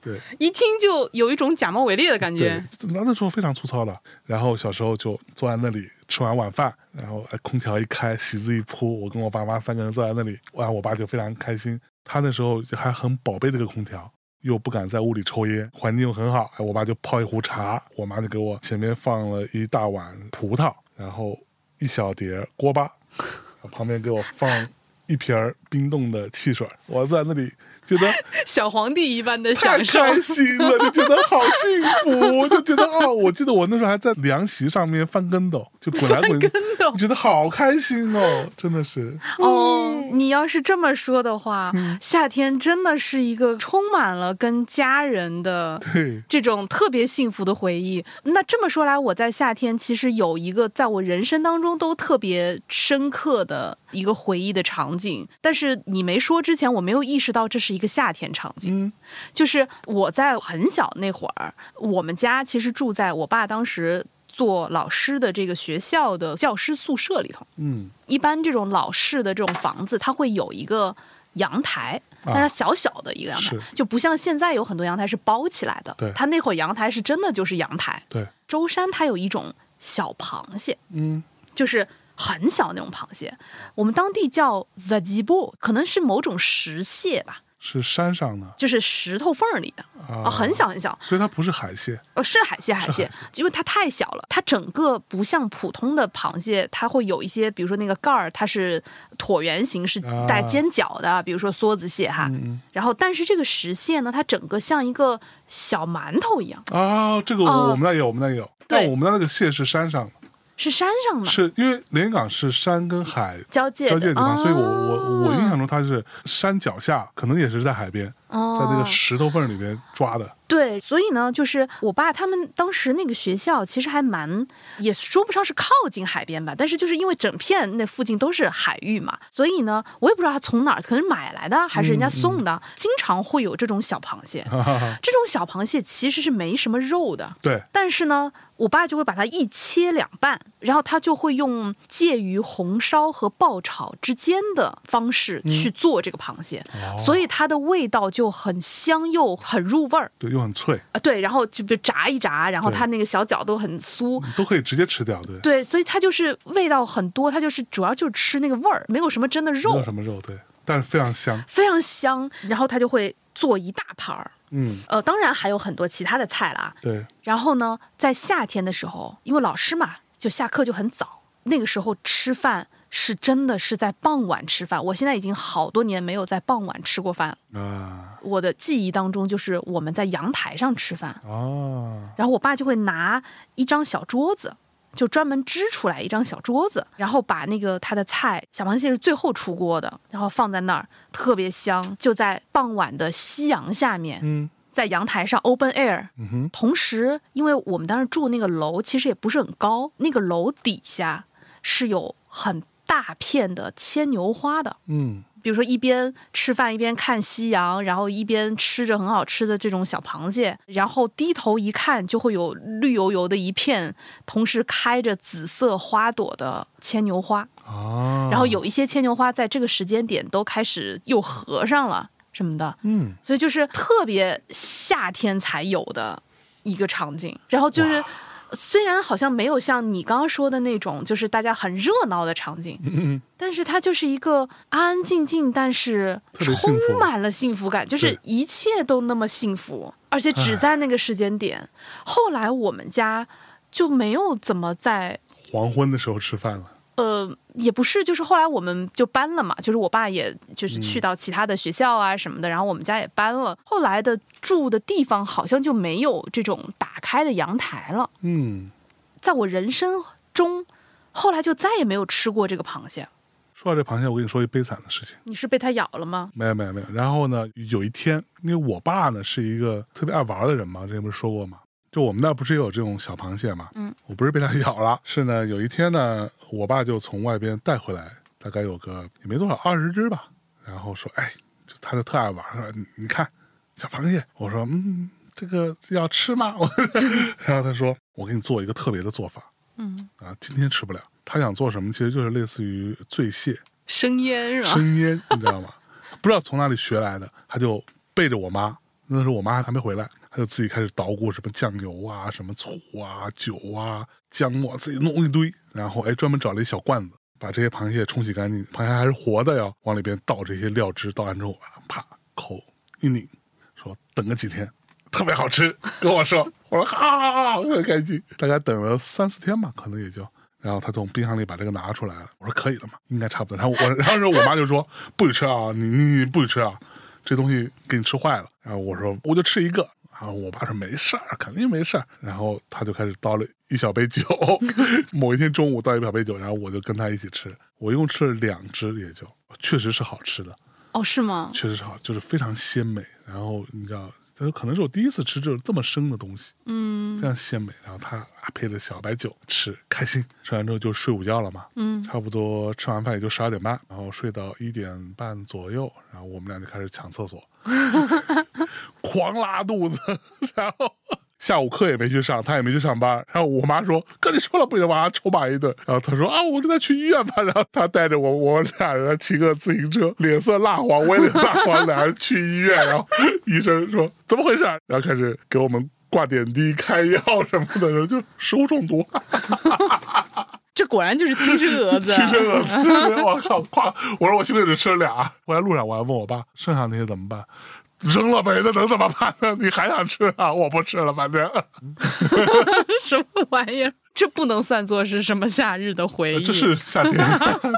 [SPEAKER 3] 对。
[SPEAKER 2] 一听就有一种假冒伪劣的感
[SPEAKER 3] 对
[SPEAKER 2] 觉。，
[SPEAKER 3] 那那时候非常粗糙的。然后小时候就坐在那里吃完晚饭，然后哎空调一开，席子一铺，我跟我爸妈三个人坐在那里，哇，我爸就非常开心。他那时候还很宝贝这个空调，又不敢在屋里抽烟，环境又很好。哎，我爸就泡一壶茶，我妈就给我前面放了一大碗葡萄，然后一小碟锅巴， <laughs> 旁边给我放一瓶儿冰冻的汽水。我坐在那里觉得。
[SPEAKER 2] 小皇帝一般的
[SPEAKER 3] 太
[SPEAKER 2] 享受，
[SPEAKER 3] 开
[SPEAKER 2] <laughs>
[SPEAKER 3] 心了，就觉得好幸福，我就觉得哦，我记得我那时候还在凉席上面翻跟斗，就滚来滚，
[SPEAKER 2] 斗
[SPEAKER 3] 去，觉得好开心哦，真的是。
[SPEAKER 2] 哦，你要是这么说的话，
[SPEAKER 3] 嗯
[SPEAKER 2] 夏天真的是一个充满了跟家人的
[SPEAKER 3] 对，
[SPEAKER 2] 这种特别幸福的回忆。那这么说来，我在夏天其实有一个在我人生当中都特别深刻的一个回忆的场景，但是你没说之前，我没有意识到这是一个夏天场景。
[SPEAKER 3] 嗯
[SPEAKER 2] 就是我在很小那会儿，我们家其实住在我爸当时做老师的这个学校的教师宿舍里头。
[SPEAKER 3] 嗯，
[SPEAKER 2] 一般这种老式的这种房子，它会有一个阳台，
[SPEAKER 3] 啊
[SPEAKER 2] 但是小小的一个阳台，
[SPEAKER 3] 是
[SPEAKER 2] 就不像现在有很多阳台是包起来的。
[SPEAKER 3] 对
[SPEAKER 2] 它那会儿阳台是真的就是阳台。
[SPEAKER 3] 对，
[SPEAKER 2] 舟山它有一种小螃蟹，
[SPEAKER 3] 嗯
[SPEAKER 2] 就是很小那种螃蟹，我们当地叫 z a j i b o 可能是某种石蟹吧，
[SPEAKER 3] 是山上的
[SPEAKER 2] 就是石头缝儿里的
[SPEAKER 3] 啊
[SPEAKER 2] 啊，很，小很小，
[SPEAKER 3] 所以它不是海蟹，
[SPEAKER 2] 呃，是海蟹，海蟹，因为它太小了，它整个不像普通的螃蟹，它会有一些，比如说那个盖儿，它是椭圆形，是
[SPEAKER 3] 啊
[SPEAKER 2] 带尖角的，比如说梭子蟹哈。
[SPEAKER 3] 嗯
[SPEAKER 2] 然后，但是这个石蟹呢，它整个像一个小馒头一样，
[SPEAKER 3] 啊，这个我
[SPEAKER 2] 哦
[SPEAKER 3] 我们那有，我们那有，但我们那那个蟹是山上的，
[SPEAKER 2] 是山上的
[SPEAKER 3] 是因为连云港是山跟海
[SPEAKER 2] 交嗯界
[SPEAKER 3] 交
[SPEAKER 2] 的哦
[SPEAKER 3] 界的地方，所以我我我印象
[SPEAKER 2] 中
[SPEAKER 3] 中它是山脚下，可能也是在海边，
[SPEAKER 2] 哦
[SPEAKER 3] 在那个石头缝里边抓的。 <laughs>
[SPEAKER 2] 对，所以呢，就是我爸他们当时那个学校其实还蛮，也说不上是靠近海边吧，但是就是因为整片那附近都是海域嘛，所以呢，我也不知道他从哪儿，可能是买来的还是人家送的，经常会有这种小螃蟹。
[SPEAKER 3] 哈哈哈，
[SPEAKER 2] 这种小螃蟹其实是没什么肉的，
[SPEAKER 3] 对，
[SPEAKER 2] 但是呢，我爸就会把它一切两半，然后他就会用介于红烧和爆炒之间的方式去做这个螃蟹，
[SPEAKER 3] 哦
[SPEAKER 2] 所以它的味道就很香又很入味儿。
[SPEAKER 3] 对，又很脆，
[SPEAKER 2] 啊，对，然后就比如炸一炸，然后
[SPEAKER 3] 对
[SPEAKER 2] 它那个小脚都很酥。
[SPEAKER 3] 都可以直接吃掉，对，
[SPEAKER 2] 对，所以它就是味道很多，它就是主要就是吃那个味儿，没有什么真的
[SPEAKER 3] 没
[SPEAKER 2] 肉
[SPEAKER 3] 有，什么肉，对，但是非常香。
[SPEAKER 2] 非常香。然后它就会做一大盘儿，
[SPEAKER 3] 嗯，
[SPEAKER 2] 呃，当然还有很多其他的菜啦。
[SPEAKER 3] 对，
[SPEAKER 2] 然后呢，在夏天的时候，因为老师嘛，就下课就很早，那个时候吃饭是真的是在傍晚吃饭。我现在已经好多年没有在傍晚吃过饭了，
[SPEAKER 3] 啊，
[SPEAKER 2] 我的记忆当中就是我们在阳台上吃饭。
[SPEAKER 3] 哦，
[SPEAKER 2] 然后我爸就会拿一张小桌子，就专门支出来一张小桌子，然后把那个他的菜，小螃蟹是最后出锅的，然后放在那儿，特别香，就在傍晚的夕阳下面，
[SPEAKER 3] 嗯
[SPEAKER 2] 在阳台上 open air。
[SPEAKER 3] 嗯哼，
[SPEAKER 2] 同时，因为我们当时住那个楼其实也不是很高，那个楼底下是有很大片的牵牛花的。
[SPEAKER 3] 嗯，
[SPEAKER 2] 比如说一边吃饭一边看夕阳，然后一边吃着很好吃的这种小螃蟹，然后低头一看就会有绿油油的一片，同时开着紫色花朵的牵牛花，
[SPEAKER 3] 啊，
[SPEAKER 2] 然后，有一些牵牛花在这个时间点都开始又合上了什么的，
[SPEAKER 3] 嗯，
[SPEAKER 2] 所以就是特别夏天才有的一个场景。然后就是
[SPEAKER 3] 哇
[SPEAKER 2] 虽然好像没有像你刚刚说的那种，就是大家很热闹的场景，
[SPEAKER 3] 嗯嗯，
[SPEAKER 2] 但是它就是一个安安静静，但是
[SPEAKER 3] 特别幸
[SPEAKER 2] 充
[SPEAKER 3] 福
[SPEAKER 2] 满了幸福感，就是
[SPEAKER 3] 对
[SPEAKER 2] 一切都那么幸福，而且只在那个时间点。后来我们家就没有怎么在。
[SPEAKER 3] 黄昏的时候吃饭了，
[SPEAKER 2] 呃，也不是，就是后来我们就搬了嘛，就是我爸也就是
[SPEAKER 3] 嗯
[SPEAKER 2] 去到其他的学校啊什么的，然后我们家也搬了。后来的住的地方好像就没有这种打开的阳台了，
[SPEAKER 3] 嗯，
[SPEAKER 2] 在我人生中，后来就再也没有吃过这个螃蟹。
[SPEAKER 3] 说到这螃蟹，我跟你说一悲惨的事情。
[SPEAKER 2] 你是被它咬了吗？
[SPEAKER 3] 没有没有没有。然后呢，有一天，因为我爸呢是一个特别爱玩的人嘛，之前不是说过嘛，就我们那儿不是也有这种小螃蟹嘛，
[SPEAKER 2] 嗯，
[SPEAKER 3] 我不是被它 <laughs> 咬了，是呢，有一天呢，我爸就从外边带回来，大概有个也没多少，二十只吧，然后说，哎，就他就特爱玩，说你你看小螃蟹，我说嗯，这个要吃吗？ <laughs> 我然后他说，我给你做一个特别的做法
[SPEAKER 2] 嗯，
[SPEAKER 3] 啊，今天吃不了。他想做什么，其实就是类似于醉蟹，
[SPEAKER 2] 生腌是吧？
[SPEAKER 3] 生腌，你知道吗？ <laughs> 不知道从哪里学来的，他就背着我妈，那时候我妈还没回来，他就自己开始捣鼓什么酱油啊、什么醋啊、酒啊、姜末，自己弄一堆，然后哎，专门找了一小罐子，把这些螃蟹冲洗干净，螃蟹还是活的哟，往里边倒这些料汁，倒完之后，啪，口一拧，说等个几天。特别好吃，跟我说，我说啊，我很开心。大概等了三四天吧，可能也就。然后他从冰箱里把这个拿出来了，我说可以了嘛，应该差不多。然后我，然后是我妈就说不许吃啊，你你你不许吃啊，这东西给你吃坏了。然后我说我就吃一个。然后我爸说没事儿，肯定没事儿。然后他就开始倒了一小杯酒，某一天中午倒一小杯酒，然后我就跟他一起吃。我一共吃了两只，也就确实是好吃的，
[SPEAKER 2] 哦，是吗？
[SPEAKER 3] 确实是好，就是非常鲜美。然后你知道，他说可能是我第一次吃这种这么生的东西，
[SPEAKER 2] 嗯
[SPEAKER 3] 非常鲜美。然后他啊配着小白酒吃，开心。吃完之后就睡午觉了嘛，
[SPEAKER 2] 嗯
[SPEAKER 3] 差不多吃完饭也就十二点半，然后睡到一点半左右，然后我们俩就开始抢
[SPEAKER 2] <laughs>
[SPEAKER 3] 厕所，狂拉肚子， <laughs> 然后。下午课也没去上，他也没去上班。然后我妈说：“跟你说了不行，把他臭骂一顿。”然后他说：“啊，我带他去医院吧。”然后他带着我，我俩人骑个自行车，脸色蜡黄，我也脸蜡黄，俩人去医院。然后医生说：“怎么回事？”然后开始给我们挂点滴、开药什么的，就食物中毒。
[SPEAKER 2] <laughs> 这果然就是亲生蛾子。啊
[SPEAKER 3] <laughs> 亲生的，亲生的我靠！夸我说我幸亏只吃了俩，回来路上我还问我爸，剩下那些怎么办？扔了呗，那能怎么办呢？你还想吃啊？我不吃了，反正
[SPEAKER 2] <laughs> 什么玩意儿？这不能算作是什么夏日的回忆，
[SPEAKER 3] 呃这是夏
[SPEAKER 2] <laughs>
[SPEAKER 3] 天，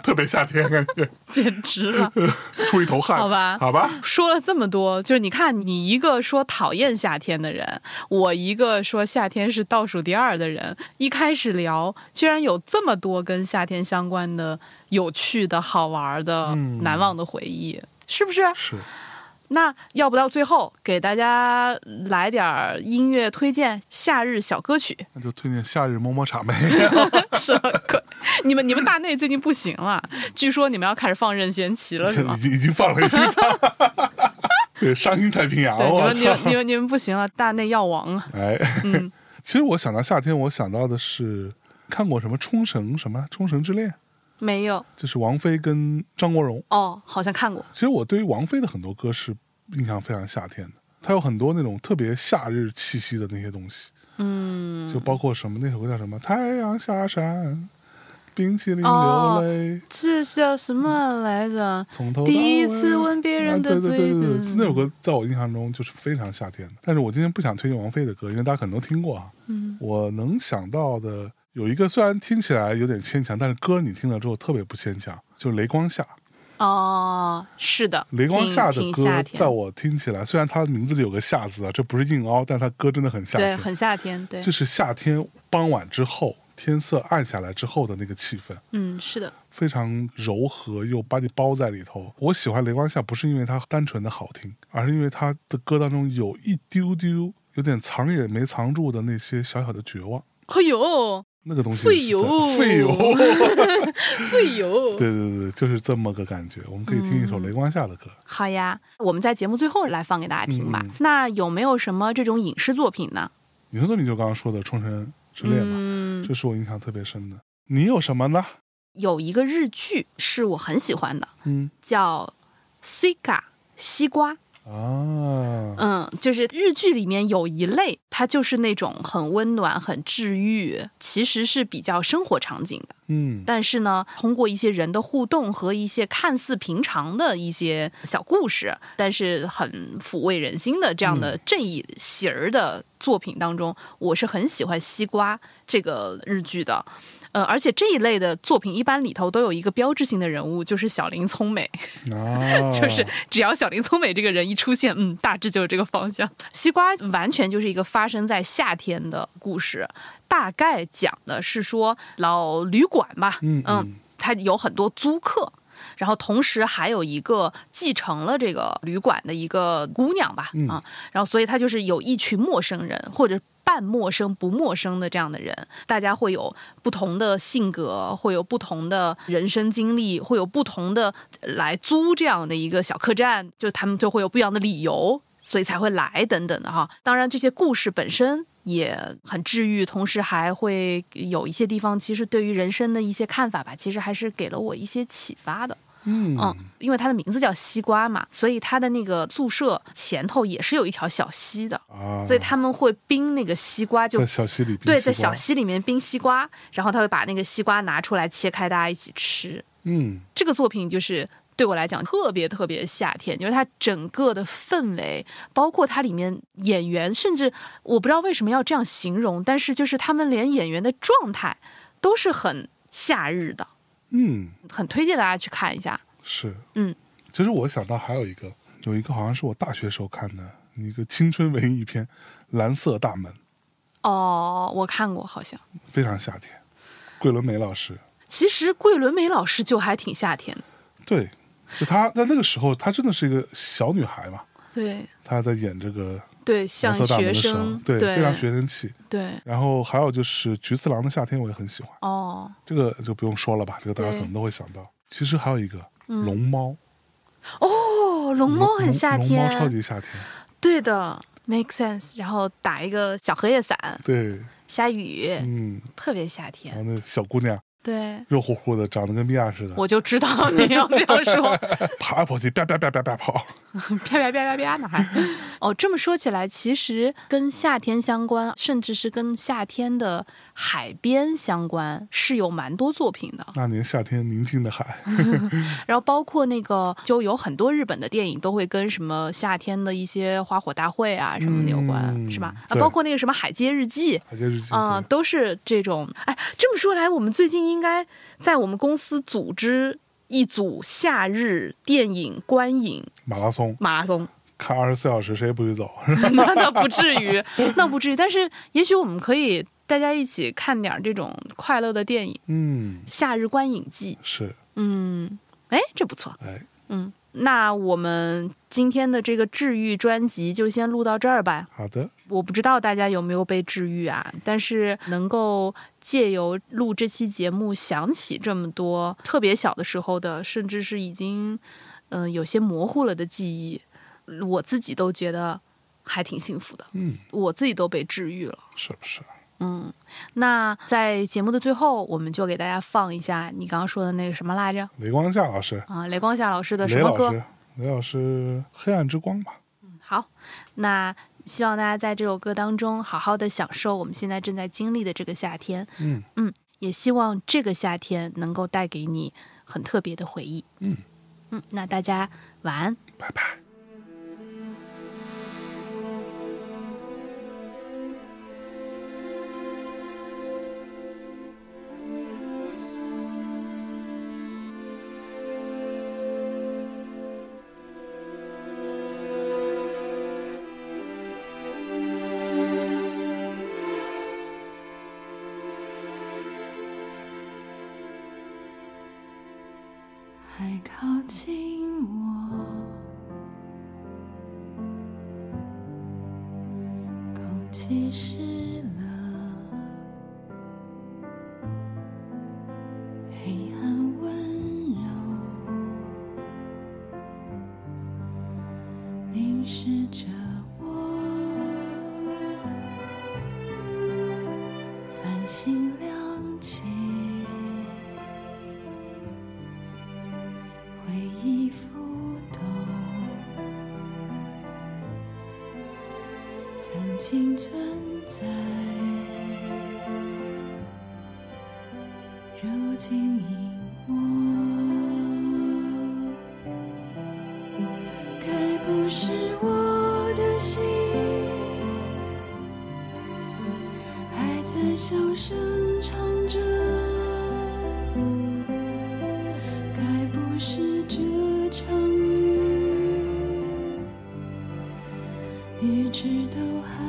[SPEAKER 3] 特别夏天，感觉
[SPEAKER 2] 简直了。 <laughs>
[SPEAKER 3] 出一头汗。
[SPEAKER 2] 好吧
[SPEAKER 3] 好吧，
[SPEAKER 2] 说了这么多，就是你看，你一个说讨厌夏天的人，我一个说夏天是倒数第二的人，一开始聊，居然有这么多跟夏天相关的有趣的、好玩的、
[SPEAKER 3] 嗯
[SPEAKER 2] 难忘的回忆，是不是？
[SPEAKER 3] 是
[SPEAKER 2] 那要不到最后给大家来点儿音乐推荐，夏日小歌曲
[SPEAKER 3] 那就推荐夏日摸摸茶呗。
[SPEAKER 2] <laughs> 什么鬼？你们你们大内最近不行了，据说你们要开始放任贤齐了，是吗
[SPEAKER 3] <laughs> 已？经已经放了，已经放了。
[SPEAKER 2] <laughs>
[SPEAKER 3] 对，伤心太平洋，
[SPEAKER 2] 对，你
[SPEAKER 3] 哦我
[SPEAKER 2] 们你们
[SPEAKER 3] 操！
[SPEAKER 2] 你们你们不行了，大内药王啊！
[SPEAKER 3] 哎，
[SPEAKER 2] 嗯
[SPEAKER 3] <laughs> 其实我想到夏天，我想到的是看过什么《冲绳》什么《冲绳之恋》，
[SPEAKER 2] 没有
[SPEAKER 3] 就是王菲跟张国荣。
[SPEAKER 2] 哦，好像看过。
[SPEAKER 3] 其实我对于王菲的很多歌是印象非常夏天的，她有很多那种特别夏日气息的那些东西，
[SPEAKER 2] 嗯，
[SPEAKER 3] 就包括什么那首歌叫什么《太阳下山》，冰淇淋流
[SPEAKER 2] 哦
[SPEAKER 3] 泪，
[SPEAKER 2] 这叫什么来着？
[SPEAKER 3] 从头到
[SPEAKER 2] 哦第一次
[SPEAKER 3] 尾啊
[SPEAKER 2] 吻别人的
[SPEAKER 3] 对
[SPEAKER 2] 嘴
[SPEAKER 3] 对对对
[SPEAKER 2] 嗯
[SPEAKER 3] 对，那首歌在我印象中就是非常夏天的。但是我今天不想推荐王菲的歌，因为大家可能都听过啊。
[SPEAKER 2] 嗯，
[SPEAKER 3] 我能想到的有一个，虽然听起来有点牵强，但是歌你听了之后特别不牵强，就是《雷光下》。
[SPEAKER 2] 哦，是的，
[SPEAKER 3] 《雷光下》的
[SPEAKER 2] 挺挺
[SPEAKER 3] 歌
[SPEAKER 2] 夏，天
[SPEAKER 3] 在我听起来，虽然它的名字里有个“夏”字啊，这不是硬凹，但它歌真的很夏
[SPEAKER 2] 对，
[SPEAKER 3] 天，
[SPEAKER 2] 很夏天，对
[SPEAKER 3] 就，是夏天傍晚之后，天色暗下来之后的那个气氛。
[SPEAKER 2] 嗯，是的，
[SPEAKER 3] 非常柔和，又把你包在里头。我喜欢《雷光下》，不是因为它单纯的好听，而是因为它的歌当中有一丢丢，有点藏也没藏住的那些小小的绝望，
[SPEAKER 2] 哎呦，
[SPEAKER 3] 那个东西。
[SPEAKER 2] 费油 <laughs>
[SPEAKER 3] 费油，
[SPEAKER 2] 哎呦，
[SPEAKER 3] 对对对，就是这么个感觉。我们可以听一首
[SPEAKER 2] 嗯
[SPEAKER 3] 《雷光下》的歌。
[SPEAKER 2] 好呀，我们在节目最后来放给大家听吧。
[SPEAKER 3] 嗯
[SPEAKER 2] 那有没有什么这种影视作品呢？
[SPEAKER 3] 你说说你就刚刚说的《冲绳之恋》嘛，
[SPEAKER 2] 嗯，
[SPEAKER 3] 这是我印象特别深的。你有什么呢？
[SPEAKER 2] 有一个日剧是我很喜欢的，
[SPEAKER 3] 嗯
[SPEAKER 2] 叫《Suica 西瓜》。
[SPEAKER 3] 啊，
[SPEAKER 2] 嗯，就是日剧里面有一类，它就是那种很温暖、很治愈，其实是比较生活场景的。
[SPEAKER 3] 嗯
[SPEAKER 2] 但是呢，通过一些人的互动和一些看似平常的一些小故事，但是很抚慰人心的这样的这一型儿的作品当中，我是很喜欢《西瓜》这个日剧的。呃，而且这一类的作品一般里头都有一个标志性的人物，就是小林聪美。 <laughs>
[SPEAKER 3] 啊，
[SPEAKER 2] 就是只要小林聪美这个人一出现，嗯，大致就是这个方向。西瓜完全就是一个发生在夏天的故事，大概讲的是说老旅馆吧，
[SPEAKER 3] 嗯
[SPEAKER 2] 嗯，它有很多租客。然后同时还有一个继承了这个旅馆的一个姑娘吧，
[SPEAKER 3] 嗯
[SPEAKER 2] 啊，然后所以他就是有一群陌生人或者半陌生不陌生的这样的人，大家会有不同的性格，会有不同的人生经历，会有不同的呃来租这样的一个小客栈，就他们就会有不一样的理由，所以才会来等等的哈。当然，这些故事本身。也很治愈，同时还会有一些地方，其实对于人生的一些看法吧，其实还是给了我一些启发的。
[SPEAKER 3] 嗯
[SPEAKER 2] 嗯，因为它的名字叫西瓜嘛，所以它的那个宿舍前头也是有一条小溪的，
[SPEAKER 3] 啊，
[SPEAKER 2] 所以他们会冰那个西瓜，就
[SPEAKER 3] 在小溪里冰
[SPEAKER 2] 对，
[SPEAKER 3] 西
[SPEAKER 2] 在小
[SPEAKER 3] 瓜
[SPEAKER 2] 溪里面冰西瓜，然后他会把那个西瓜拿出来切开，大家一起吃。
[SPEAKER 3] 嗯
[SPEAKER 2] 这个作品就是对我来讲特别特别夏天，就是它整个的氛围，包括它里面演员，甚至我不知道为什么要这样形容，但是就是他们连演员的状态都是很夏日的，
[SPEAKER 3] 嗯
[SPEAKER 2] 很推荐大家去看一下。
[SPEAKER 3] 是
[SPEAKER 2] 嗯，
[SPEAKER 3] 其实我想到还有一个，有一个好像是我大学时候看的一个青春文艺片，《蓝色大门》，
[SPEAKER 2] 哦，我看过，好像。
[SPEAKER 3] 非常夏天。桂纶镁老师，
[SPEAKER 2] 其实桂纶镁老师就还挺夏天的，
[SPEAKER 3] 对，就她在那个时候，她真的是一个小女孩嘛，
[SPEAKER 2] 对
[SPEAKER 3] 她在演这个
[SPEAKER 2] 对，
[SPEAKER 3] 蓝
[SPEAKER 2] 像
[SPEAKER 3] 色大门
[SPEAKER 2] 学
[SPEAKER 3] 的时候
[SPEAKER 2] 生，，
[SPEAKER 3] 对，非常
[SPEAKER 2] 对
[SPEAKER 3] 学生气。
[SPEAKER 2] 对
[SPEAKER 3] 然后还有就是《菊次郎的夏天》，我也很喜欢，
[SPEAKER 2] 哦，
[SPEAKER 3] 这个就不用说了吧，这个大家
[SPEAKER 2] 对
[SPEAKER 3] 可能都会想到。其实还有一个
[SPEAKER 2] 嗯
[SPEAKER 3] 龙猫，
[SPEAKER 2] 哦，龙猫很夏
[SPEAKER 3] 龙
[SPEAKER 2] 天，
[SPEAKER 3] 猫超级夏天，
[SPEAKER 2] 对的，make sense。然后打一个小荷叶伞，
[SPEAKER 3] 对，
[SPEAKER 2] 下雨，
[SPEAKER 3] 嗯，
[SPEAKER 2] 特别夏
[SPEAKER 3] 然
[SPEAKER 2] 天。
[SPEAKER 3] 后那小姑娘
[SPEAKER 2] 对，
[SPEAKER 3] 肉乎乎的，长得跟米娅似的，
[SPEAKER 2] 我就知道
[SPEAKER 3] <laughs>
[SPEAKER 2] 你要这样说，
[SPEAKER 3] 跑来跑去，啪啪啪啪啪跑。
[SPEAKER 2] 啪啪啪啪啪呢还。哦，这么说起来，其实跟夏天相关，甚至是跟夏天的海边相关，是有蛮多作品的。
[SPEAKER 3] 那年夏天宁静的海，
[SPEAKER 2] 然后包括那个，就有很多日本的电影都会跟什么夏天的一些花火大会啊什么的有关，
[SPEAKER 3] 嗯
[SPEAKER 2] 是吧？啊，
[SPEAKER 3] 对
[SPEAKER 2] 包括那个什么《海街日记》。
[SPEAKER 3] 海街日记
[SPEAKER 2] 啊、
[SPEAKER 3] 对
[SPEAKER 2] 都是这种。哎，这么说来，我们最近应该在我们公司组织一组夏日电影观影
[SPEAKER 3] 马拉松，
[SPEAKER 2] 马拉松。 <laughs>
[SPEAKER 3] 看二十四小时，谁也不许走。 <laughs>
[SPEAKER 2] 那那不至于，那不至于。但是也许我们可以大家一起看点儿这种快乐的电影，
[SPEAKER 3] 嗯，
[SPEAKER 2] 夏日观影季。
[SPEAKER 3] 是，
[SPEAKER 2] 嗯，哎，这不错。
[SPEAKER 3] 哎，
[SPEAKER 2] 嗯，那我们今天的这个治愈专辑就先录到这儿吧。
[SPEAKER 3] 好的，
[SPEAKER 2] 我不知道大家有没有被治愈啊，但是能够借由录这期节目想起这么多特别小的时候的，甚至是已经嗯、呃有些模糊了的记忆，我自己都觉得还挺幸福的，
[SPEAKER 3] 嗯，
[SPEAKER 2] 我自己都被治愈了。
[SPEAKER 3] 是不是？
[SPEAKER 2] 嗯，那在节目的最后，我们就给大家放一下你刚刚说的那个什么来着
[SPEAKER 3] 雷光夏老师，
[SPEAKER 2] 啊，雷光夏老师的什
[SPEAKER 3] 雷
[SPEAKER 2] 么
[SPEAKER 3] 老
[SPEAKER 2] 歌？
[SPEAKER 3] 师，雷老师，黑暗之光吧。
[SPEAKER 2] 好，那希望大家在这首歌当中好好的享受我们现在正在经历的这个夏天，
[SPEAKER 3] 嗯
[SPEAKER 2] 也希望这个夏天能够带给你很特别的回忆。
[SPEAKER 3] 嗯
[SPEAKER 2] 嗯，那大家晚安。
[SPEAKER 3] 拜拜。
[SPEAKER 6] 还靠近我，空气湿了，黑暗温柔，凝视着我，繁星亮起。回忆浮动，曾经存在，如今隐没。该不是我的心还在小声唱着。该不是这场雨一直都还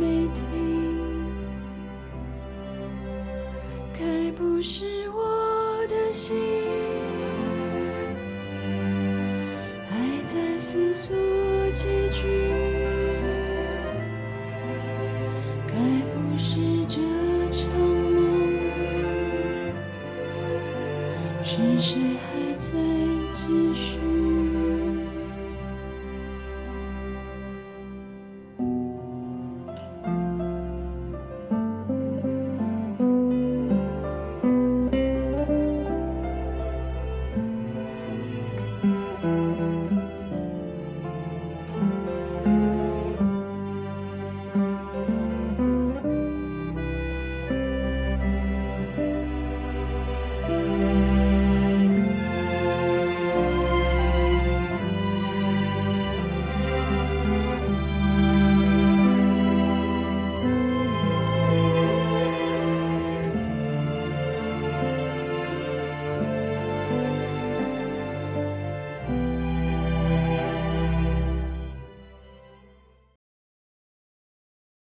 [SPEAKER 6] 没停？该不是我的心还在思索结局？该不是这场梦？是谁还在继续？